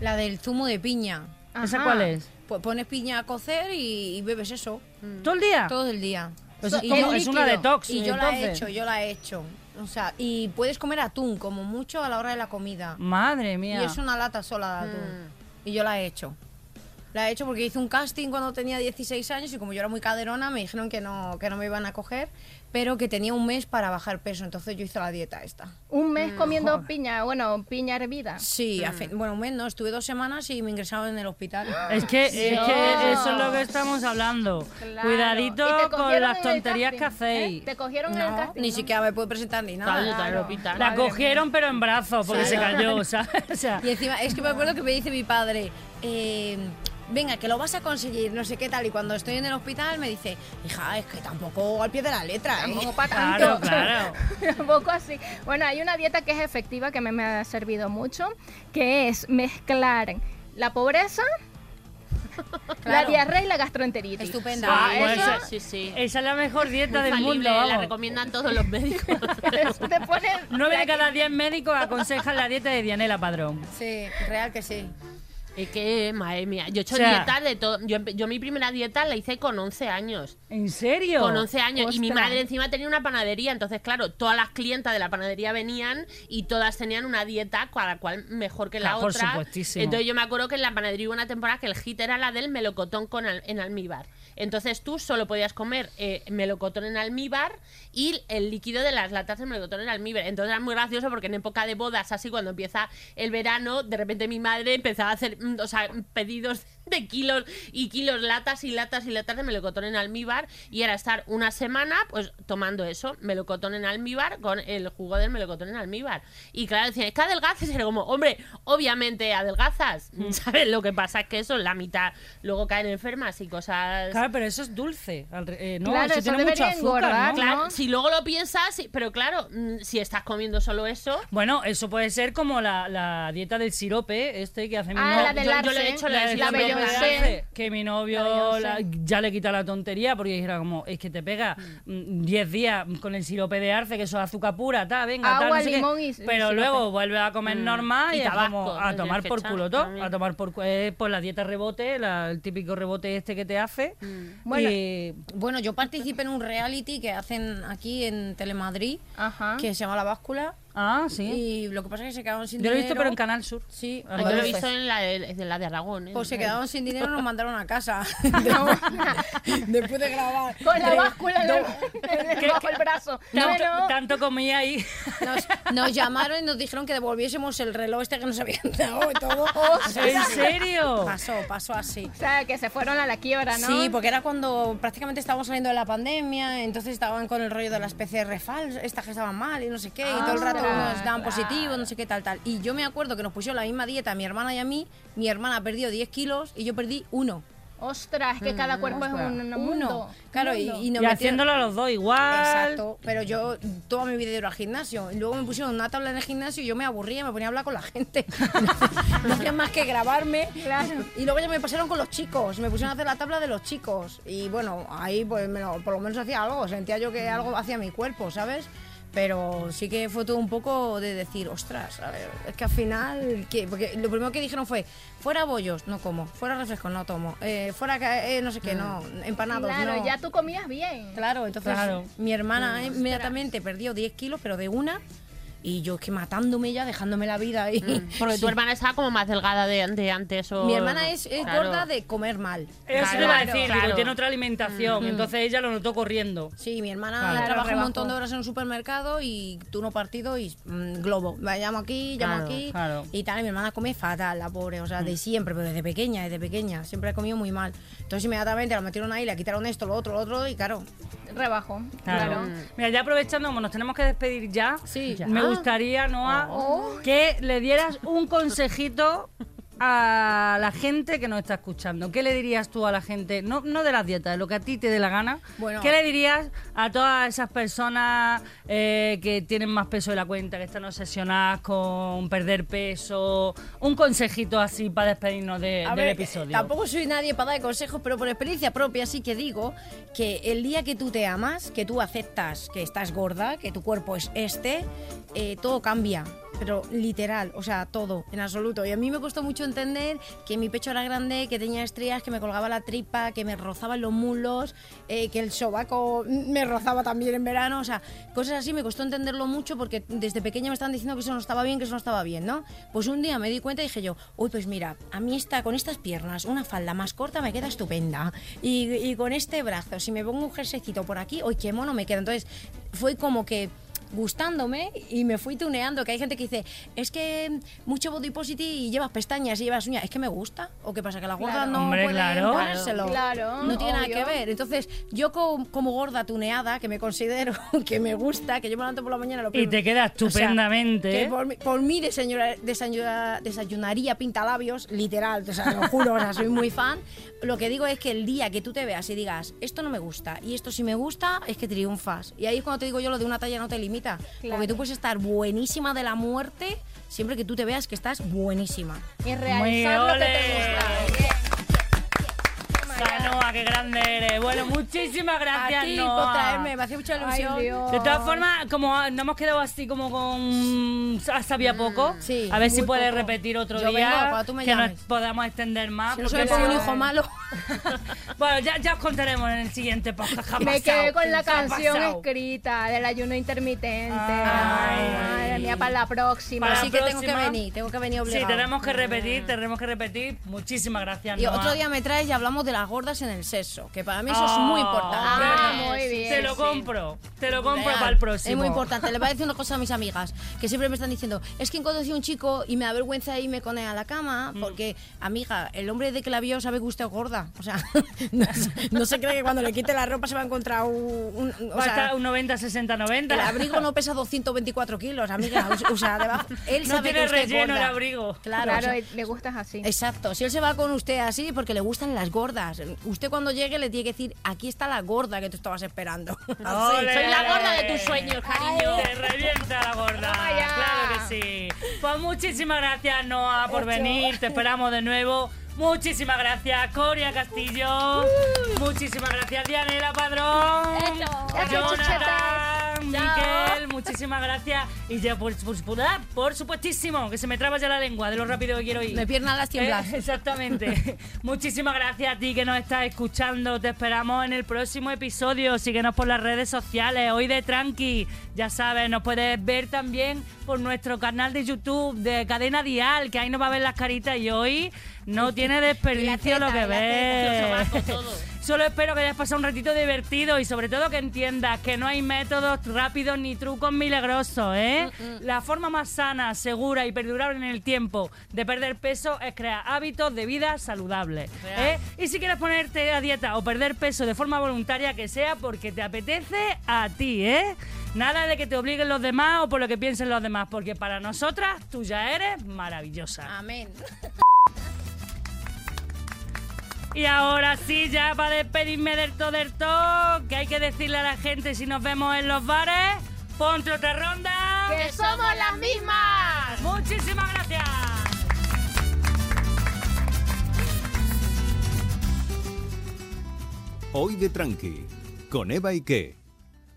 [SPEAKER 5] La del zumo de piña.
[SPEAKER 2] ¿Esa
[SPEAKER 3] Ajá.
[SPEAKER 2] cuál es?
[SPEAKER 5] Pues pones piña a cocer y, y bebes eso
[SPEAKER 3] Mm.
[SPEAKER 2] ¿Todo el día?
[SPEAKER 5] todo el día.
[SPEAKER 2] Ah. Pues
[SPEAKER 5] So-
[SPEAKER 2] es
[SPEAKER 5] y
[SPEAKER 2] como-
[SPEAKER 5] yo-
[SPEAKER 2] es una
[SPEAKER 5] líquido.
[SPEAKER 2] detox,
[SPEAKER 5] Y yo la he
[SPEAKER 2] entonces.
[SPEAKER 5] hecho, yo la he hecho. O sea, y puedes comer atún como mucho a la hora de la comida.
[SPEAKER 2] Madre mía.
[SPEAKER 5] Y es una lata sola de atún.
[SPEAKER 3] Mm.
[SPEAKER 5] Y yo la he hecho. La he hecho porque hice un casting cuando tenía 16 años y como yo era muy caderona me dijeron que no, que no me iban a coger, pero que tenía un mes para bajar peso. Entonces yo hice la dieta esta.
[SPEAKER 3] Un mes comiendo piña, bueno, piña hervida.
[SPEAKER 5] Sí, hace- bueno, un mes no, estuve dos semanas y me ingresaron en el hospital.
[SPEAKER 2] Es que, es que
[SPEAKER 3] Dios.
[SPEAKER 2] eso es lo que estamos hablando.
[SPEAKER 3] Claro. ¿Y
[SPEAKER 2] Cuidadito
[SPEAKER 3] te
[SPEAKER 2] con
[SPEAKER 3] cogieron
[SPEAKER 2] las
[SPEAKER 3] en el
[SPEAKER 2] tonterías que
[SPEAKER 3] casting,
[SPEAKER 2] hacéis.
[SPEAKER 3] eh? Te cogieron en el
[SPEAKER 5] No,
[SPEAKER 3] casting.
[SPEAKER 5] ni
[SPEAKER 3] ¿no?
[SPEAKER 5] siquiera me pude presentar ni nada.
[SPEAKER 4] Claro, claro, hospital.
[SPEAKER 2] La
[SPEAKER 4] Madre mía.
[SPEAKER 2] cogieron pero en brazos porque se cayó, ¿sabes? O sea,
[SPEAKER 5] Y encima, es que me acuerdo que me dice mi padre, eh, venga, que lo vas a conseguir, no sé qué tal. Y cuando estoy en el hospital me dice, hija, es que tampoco al pie de la letra, ¿eh?
[SPEAKER 3] Tampoco para
[SPEAKER 2] claro,
[SPEAKER 3] tanto.
[SPEAKER 2] claro.
[SPEAKER 3] Un poco así. Bueno, hay una dieta que es efectiva que me, me ha servido mucho, que es mezclar la pobreza, la
[SPEAKER 5] Claro.
[SPEAKER 3] diarrea y la gastroenteritis.
[SPEAKER 5] Estupenda.
[SPEAKER 2] Ah,
[SPEAKER 4] Sí,
[SPEAKER 2] eso-
[SPEAKER 4] esa- sí, sí.
[SPEAKER 2] Esa es la mejor dieta del
[SPEAKER 4] Infalible,
[SPEAKER 2] mundo.
[SPEAKER 4] la
[SPEAKER 2] vamos.
[SPEAKER 4] recomiendan todos los médicos.
[SPEAKER 3] Te pones
[SPEAKER 2] 9 de cada 10 médicos aconsejan la dieta de Dianela Padrón.
[SPEAKER 5] Sí, real que sí.
[SPEAKER 4] Es que, madre mía, yo he hecho
[SPEAKER 2] O sea-
[SPEAKER 4] dietas de todo. Yo, empe- yo mi primera dieta la hice con 11 años.
[SPEAKER 2] ¿En serio?
[SPEAKER 4] Con 11 años. Y mi
[SPEAKER 3] Ostras.
[SPEAKER 4] madre encima tenía una panadería. Entonces, claro, todas las clientas de la panadería venían y todas tenían una dieta, cada cual mejor que la
[SPEAKER 2] Ah, por
[SPEAKER 4] otra.
[SPEAKER 2] supuestísimo.
[SPEAKER 4] Entonces, yo me acuerdo que en la panadería hubo una temporada que el hit era la del melocotón con al- en almíbar. Entonces, tú solo podías comer eh, melocotón en almíbar y el líquido de las latas de melocotón en almíbar. Entonces, era muy gracioso porque en época de bodas, así cuando empieza el verano, de repente mi madre empezaba a hacer mm, o sea, pedidos de kilos y kilos, latas y latas y latas de melocotón en almíbar y era estar una semana pues tomando eso, melocotón en almíbar con el jugo del melocotón en almíbar. Y claro, decían, es que adelgazas, y era como, hombre, obviamente adelgazas,
[SPEAKER 5] Mm.
[SPEAKER 4] ¿sabes? Lo que pasa es que eso, la mitad, luego caen enfermas y cosas...
[SPEAKER 2] Claro, pero eso es dulce. al re- eh, no,
[SPEAKER 3] Claro,
[SPEAKER 2] eso
[SPEAKER 3] eso
[SPEAKER 2] tiene mucho
[SPEAKER 3] debería
[SPEAKER 2] azúcar,
[SPEAKER 3] engordar,
[SPEAKER 2] ¿no?
[SPEAKER 3] claro.
[SPEAKER 4] Claro, si luego lo piensas, sí, pero claro, mm, si estás comiendo solo eso...
[SPEAKER 2] Bueno, eso puede ser como la, la dieta del sirope, este que hace mi
[SPEAKER 3] Ah,
[SPEAKER 2] novio.
[SPEAKER 3] la de
[SPEAKER 4] yo-
[SPEAKER 3] la
[SPEAKER 4] yo le he hecho la
[SPEAKER 2] del
[SPEAKER 3] la
[SPEAKER 4] sirope,
[SPEAKER 2] sirope
[SPEAKER 4] Beyoncé.
[SPEAKER 2] de
[SPEAKER 3] Beyoncé.
[SPEAKER 2] Arce, que mi novio
[SPEAKER 3] La
[SPEAKER 2] la- ya le quita la tontería porque dijera como, es que te pega mm, 10 días con el sirope de arce, que eso es azúcar pura, ta, venga, ta,
[SPEAKER 3] Agua,
[SPEAKER 2] no sé qué.
[SPEAKER 3] limón y- y
[SPEAKER 2] Pero
[SPEAKER 3] sirope. Mm.
[SPEAKER 2] luego vuelve a comer normal y,
[SPEAKER 4] Y
[SPEAKER 2] es
[SPEAKER 4] tabasco,
[SPEAKER 2] como
[SPEAKER 4] tendrías
[SPEAKER 2] a tomar
[SPEAKER 4] que
[SPEAKER 2] por
[SPEAKER 4] echar
[SPEAKER 2] culo todo,
[SPEAKER 4] también.
[SPEAKER 2] a tomar por cu- eh, pues la dieta rebote, la- el típico rebote este que te hace.
[SPEAKER 3] Mm. Bueno,
[SPEAKER 2] y-
[SPEAKER 5] Bueno, yo participé en un reality que hacen aquí en Telemadrid,
[SPEAKER 3] Ajá.
[SPEAKER 5] que se llama La Báscula.
[SPEAKER 2] ah, sí.
[SPEAKER 5] Y lo que pasa es que se quedaron sin
[SPEAKER 2] Yo lo he
[SPEAKER 5] dinero.
[SPEAKER 2] visto, pero en Canal Sur.
[SPEAKER 5] Sí, pues
[SPEAKER 2] Ah,
[SPEAKER 4] Ay, Yo lo he
[SPEAKER 5] entonces,
[SPEAKER 4] visto en la de, en la de Aragón. ¿eh?
[SPEAKER 5] Pues se quedaron sin dinero y nos mandaron a casa.
[SPEAKER 3] No.
[SPEAKER 5] Después de grabar.
[SPEAKER 3] Con la
[SPEAKER 5] Re-
[SPEAKER 3] báscula en el-
[SPEAKER 2] ¿Qué-
[SPEAKER 3] bajo
[SPEAKER 2] qué-
[SPEAKER 3] el brazo.
[SPEAKER 2] Tanto,
[SPEAKER 3] Bueno,
[SPEAKER 2] tanto comía ahí.
[SPEAKER 5] Nos, nos llamaron y nos dijeron que devolviésemos el reloj este que nos habían dado y todo.
[SPEAKER 2] ¿En serio?
[SPEAKER 5] Pasó, pasó así.
[SPEAKER 3] o sea, que se fueron a la quiebra, ¿no?
[SPEAKER 5] Sí, porque era cuando prácticamente estábamos saliendo de la pandemia, entonces estaban con el rollo de las PCR falsas, estas que estaban mal y no sé qué, y todo el rato
[SPEAKER 3] Ostras,
[SPEAKER 5] nos daban positivo, no sé qué tal, tal. Y yo me acuerdo que nos pusieron la misma dieta a mi hermana y a mí, mi hermana perdió 10 kilos y yo perdí uno.
[SPEAKER 3] Ostras, que cada cuerpo es un, un mundo.
[SPEAKER 5] Mm, Claro,
[SPEAKER 3] un
[SPEAKER 5] y,
[SPEAKER 3] mundo.
[SPEAKER 5] y nos
[SPEAKER 2] y
[SPEAKER 5] metieron-
[SPEAKER 2] haciéndolo a los dos igual.
[SPEAKER 5] Exacto, pero yo toda mi vida he ido al gimnasio. Y luego me pusieron una tabla en el gimnasio y yo me aburría, me ponía a hablar con la gente. no hacían más que grabarme.
[SPEAKER 3] Claro.
[SPEAKER 5] Y luego ya me pasaron con los chicos, me pusieron a hacer la tabla de los chicos. Y bueno, ahí pues, me lo- por lo menos hacía algo, sentía yo que algo hacía mi cuerpo, ¿sabes? Pero sí que fue todo un poco de decir, ostras, a ver, es que al final, ¿qué? porque lo primero que dijeron fue, fuera bollos, no como, fuera refrescos, no tomo, eh, fuera ca- eh, no sé qué, no, empanados,
[SPEAKER 3] Mm. Claro,
[SPEAKER 5] no.
[SPEAKER 3] ya tú comías bien.
[SPEAKER 5] Claro, entonces
[SPEAKER 2] Claro.
[SPEAKER 5] mi hermana inmediatamente perdió 10 kilos, pero de una, y yo es que matándome ya, dejándome la vida ahí.
[SPEAKER 4] Mm. Porque tu hermana estaba como más delgada de, de antes. O...
[SPEAKER 5] Mi hermana es, es
[SPEAKER 4] Claro.
[SPEAKER 5] gorda de comer mal.
[SPEAKER 2] Eso
[SPEAKER 4] Claro,
[SPEAKER 2] te iba a decir,
[SPEAKER 4] claro.
[SPEAKER 2] digo, tiene otra alimentación. Entonces ella lo notó corriendo.
[SPEAKER 5] Sí, mi hermana
[SPEAKER 2] Claro.
[SPEAKER 5] trabaja
[SPEAKER 3] Claro,
[SPEAKER 5] un
[SPEAKER 3] rebajó.
[SPEAKER 5] montón de horas en un supermercado y turno partido y mm, globo. Me llamo aquí,
[SPEAKER 4] Claro, Mm.
[SPEAKER 5] llamo aquí
[SPEAKER 2] claro.
[SPEAKER 5] y tal. Y mi hermana come fatal, la pobre, o sea, de siempre, pero desde pequeña, desde pequeña. Siempre ha comido muy mal. Entonces inmediatamente la metieron ahí, le quitaron esto, lo otro, lo otro y claro.
[SPEAKER 3] Rebajo.
[SPEAKER 2] Claro. Mm.
[SPEAKER 3] Claro.
[SPEAKER 2] Mira, ya aprovechando, como nos tenemos que despedir ya,
[SPEAKER 5] Sí.
[SPEAKER 2] me gustaría, Noah,
[SPEAKER 3] Oh.
[SPEAKER 2] que le dieras un consejito a la gente que nos está escuchando. ¿Qué le dirías tú a la gente? No, no de las dietas, de lo que a ti te dé la gana.
[SPEAKER 5] Bueno.
[SPEAKER 2] ¿Qué le dirías a todas esas personas eh, que tienen más peso de la cuenta, que están obsesionadas con perder peso? Un consejito así para despedirnos de-
[SPEAKER 5] A
[SPEAKER 2] del
[SPEAKER 5] ver,
[SPEAKER 2] episodio.
[SPEAKER 5] Tampoco soy nadie para dar consejos, pero por experiencia propia sí que digo que el día que tú te amas, que tú aceptas que estás gorda, que tu cuerpo es este, eh, todo cambia. Pero literal, o sea, todo, en absoluto. Y a mí me costó mucho entender que mi pecho era grande, que tenía estrías, que me colgaba la tripa, que me rozaban los muslos, eh, que el sobaco me rozaba también en verano. O sea, cosas así me costó entenderlo mucho porque desde pequeña me estaban diciendo que eso no estaba bien, que eso no estaba bien, ¿no? Pues un día me di cuenta y dije yo, uy, pues mira, a mí está con estas piernas, una falda más corta me queda estupenda. Y, y con este brazo, si me pongo un jerseycito por aquí, uy, qué mono me queda. Entonces, fue como que gustándome y me fui tuneando, que hay gente que dice, es que mucho body positive y llevas pestañas y llevas uñas, es que me gusta, o qué pasa, que las gordas
[SPEAKER 3] Claro.
[SPEAKER 5] no
[SPEAKER 2] Hombre,
[SPEAKER 5] pueden
[SPEAKER 2] claro.
[SPEAKER 5] ponérselo.
[SPEAKER 3] Claro,
[SPEAKER 5] no tiene nada
[SPEAKER 3] obvio.
[SPEAKER 5] que ver. Entonces, yo co- como gorda tuneada, que me considero, que me gusta, que yo me levanto por la mañana lo
[SPEAKER 2] Y
[SPEAKER 5] primero-
[SPEAKER 2] te queda
[SPEAKER 5] o sea,
[SPEAKER 2] estupendamente.
[SPEAKER 5] que por, mí- por mí desayunar- desayunar- desayunaría pintalabios, literal, o sea, lo juro, o sea, soy muy fan. Lo que digo es que el día que tú te veas y digas, esto no me gusta y esto sí me gusta, es que triunfas. Y ahí es cuando te digo yo lo de una talla no te limita, porque
[SPEAKER 3] Claro.
[SPEAKER 5] tú puedes estar buenísima de la muerte siempre que tú te veas que estás buenísima.
[SPEAKER 3] Y realizar lo que te
[SPEAKER 2] ole.
[SPEAKER 3] gusta. Bien.
[SPEAKER 2] Esa, Noa, qué grande eres. Bueno, muchísimas gracias,
[SPEAKER 5] a ti
[SPEAKER 2] Noa.
[SPEAKER 5] por traerme, me hacía mucha ilusión.
[SPEAKER 3] Ay, Dios.
[SPEAKER 2] De todas formas, como ah, no hemos quedado así como con ah, sabía poco,
[SPEAKER 5] Mm, sí,
[SPEAKER 2] a ver si
[SPEAKER 5] muy
[SPEAKER 2] puedes
[SPEAKER 5] poco.
[SPEAKER 2] repetir otro
[SPEAKER 5] Yo
[SPEAKER 2] día
[SPEAKER 5] vengo, cuando tú me
[SPEAKER 2] que nos
[SPEAKER 5] llames.
[SPEAKER 2] podamos extender más.
[SPEAKER 5] Si no se
[SPEAKER 2] Ah, porque
[SPEAKER 5] me pongo un
[SPEAKER 2] si no-
[SPEAKER 5] hijo malo.
[SPEAKER 2] Bueno, ya, ya os contaremos en el siguiente podcast. ¿qué ha
[SPEAKER 3] Me
[SPEAKER 2] pasado?
[SPEAKER 3] quedé con la
[SPEAKER 2] ¿Qué ha
[SPEAKER 3] canción
[SPEAKER 2] pasado?
[SPEAKER 3] escrita del ayuno intermitente.
[SPEAKER 2] Ay.
[SPEAKER 3] Madre mía, para la próxima.
[SPEAKER 2] Para
[SPEAKER 5] Así que tengo que
[SPEAKER 2] próxima.
[SPEAKER 5] venir, tengo que venir
[SPEAKER 2] Sí,
[SPEAKER 5] obligado.
[SPEAKER 2] tenemos que repetir, tenemos que repetir. Muchísimas gracias.
[SPEAKER 5] Y
[SPEAKER 2] Noa.
[SPEAKER 5] otro día me traes y hablamos de las gordas en el sexo, que para mí eso es muy
[SPEAKER 2] Oh,
[SPEAKER 5] importante.
[SPEAKER 3] Ah,
[SPEAKER 2] bueno,
[SPEAKER 3] muy bien,
[SPEAKER 2] Te lo
[SPEAKER 3] sí.
[SPEAKER 2] compro, te lo compro
[SPEAKER 5] Real.
[SPEAKER 2] para el Pues próximo.
[SPEAKER 5] Es muy importante. Le voy a decir una cosa a mis amigas, que siempre me están diciendo, es que conocí a un chico y me da vergüenza irme con él a la cama,
[SPEAKER 2] Mm.
[SPEAKER 5] porque, amiga, el hombre de que la vio sabe que usted es gorda. O sea, no, se- no se cree que cuando le quite la ropa se va a encontrar un... un- o
[SPEAKER 2] Va a
[SPEAKER 5] sea,
[SPEAKER 2] estar un 90, 60, 90.
[SPEAKER 5] el abrigo no pesa 224 kilos, amiga. O- O sea, debajo- él
[SPEAKER 2] No
[SPEAKER 5] sabe
[SPEAKER 2] tiene
[SPEAKER 5] que usted es
[SPEAKER 2] relleno
[SPEAKER 5] gorda.
[SPEAKER 2] el abrigo.
[SPEAKER 5] Claro,
[SPEAKER 3] Claro,
[SPEAKER 5] o sea,
[SPEAKER 3] y le gustas así.
[SPEAKER 5] Exacto, si él se va con usted así porque le gustan las gordas. Usted cuando llegue le tiene que decir, aquí está la gorda que tú estabas esperando. Así.
[SPEAKER 2] Ole,
[SPEAKER 4] Soy la
[SPEAKER 2] ole,
[SPEAKER 4] gorda de
[SPEAKER 2] ole.
[SPEAKER 4] tus sueños, cariño.
[SPEAKER 2] Te revienta la gorda.
[SPEAKER 3] Vaya.
[SPEAKER 2] Claro que sí. Pues muchísimas gracias, Noa, por venir. Te esperamos de nuevo. Muchísimas gracias, Coria Castillo.
[SPEAKER 4] Uh.
[SPEAKER 2] Muchísimas gracias, Dianela Padrón.
[SPEAKER 3] Gracias,
[SPEAKER 2] Jonathan, Miquel. Muchísimas gracias. Y ya, por, por, por- ah, por supuestísimo, que se me traba ya la lengua de lo rápido que quiero ir.
[SPEAKER 5] Me piernas las tiemblas.
[SPEAKER 2] Eh, exactamente. Muchísimas gracias a ti que nos estás escuchando. Te esperamos en el próximo episodio. Síguenos por las redes sociales. Hoy de Tranqui. Ya sabes, nos puedes ver también por nuestro canal de YouTube de Cadena Dial, que ahí nos va a ver las caritas y hoy no tiene desperdicio
[SPEAKER 5] Y la
[SPEAKER 2] lo que
[SPEAKER 5] teta, y la
[SPEAKER 2] ves.
[SPEAKER 5] teta,
[SPEAKER 2] Solo espero que hayas pasado un ratito divertido y sobre todo que entiendas que no hay métodos rápidos ni trucos milagrosos, ¿eh? La forma más sana, segura y perdurable en el tiempo de perder peso es crear hábitos de vida saludables, ¿eh? Y si quieres ponerte a dieta o perder peso de forma voluntaria que sea porque te apetece a ti, ¿eh? Nada de que te obliguen los demás o por lo que piensen los demás, porque para nosotras tú ya eres maravillosa.
[SPEAKER 5] Amén.
[SPEAKER 2] Y ahora sí, ya para despedirme del todo, del todo, que hay que decirle a la gente si nos vemos en los bares, ponte otra ronda.
[SPEAKER 3] ¡Que somos las mismas!
[SPEAKER 2] Muchísimas gracias.
[SPEAKER 1] Hoy de Tranqui, con Eva Ike.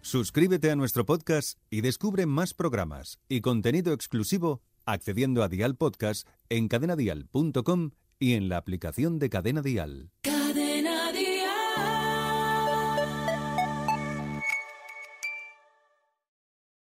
[SPEAKER 1] Suscríbete a nuestro podcast y descubre más programas y contenido exclusivo accediendo a Dial Podcast en cadenadial.com y en la aplicación de Cadena Dial.
[SPEAKER 6] Cadena Dial.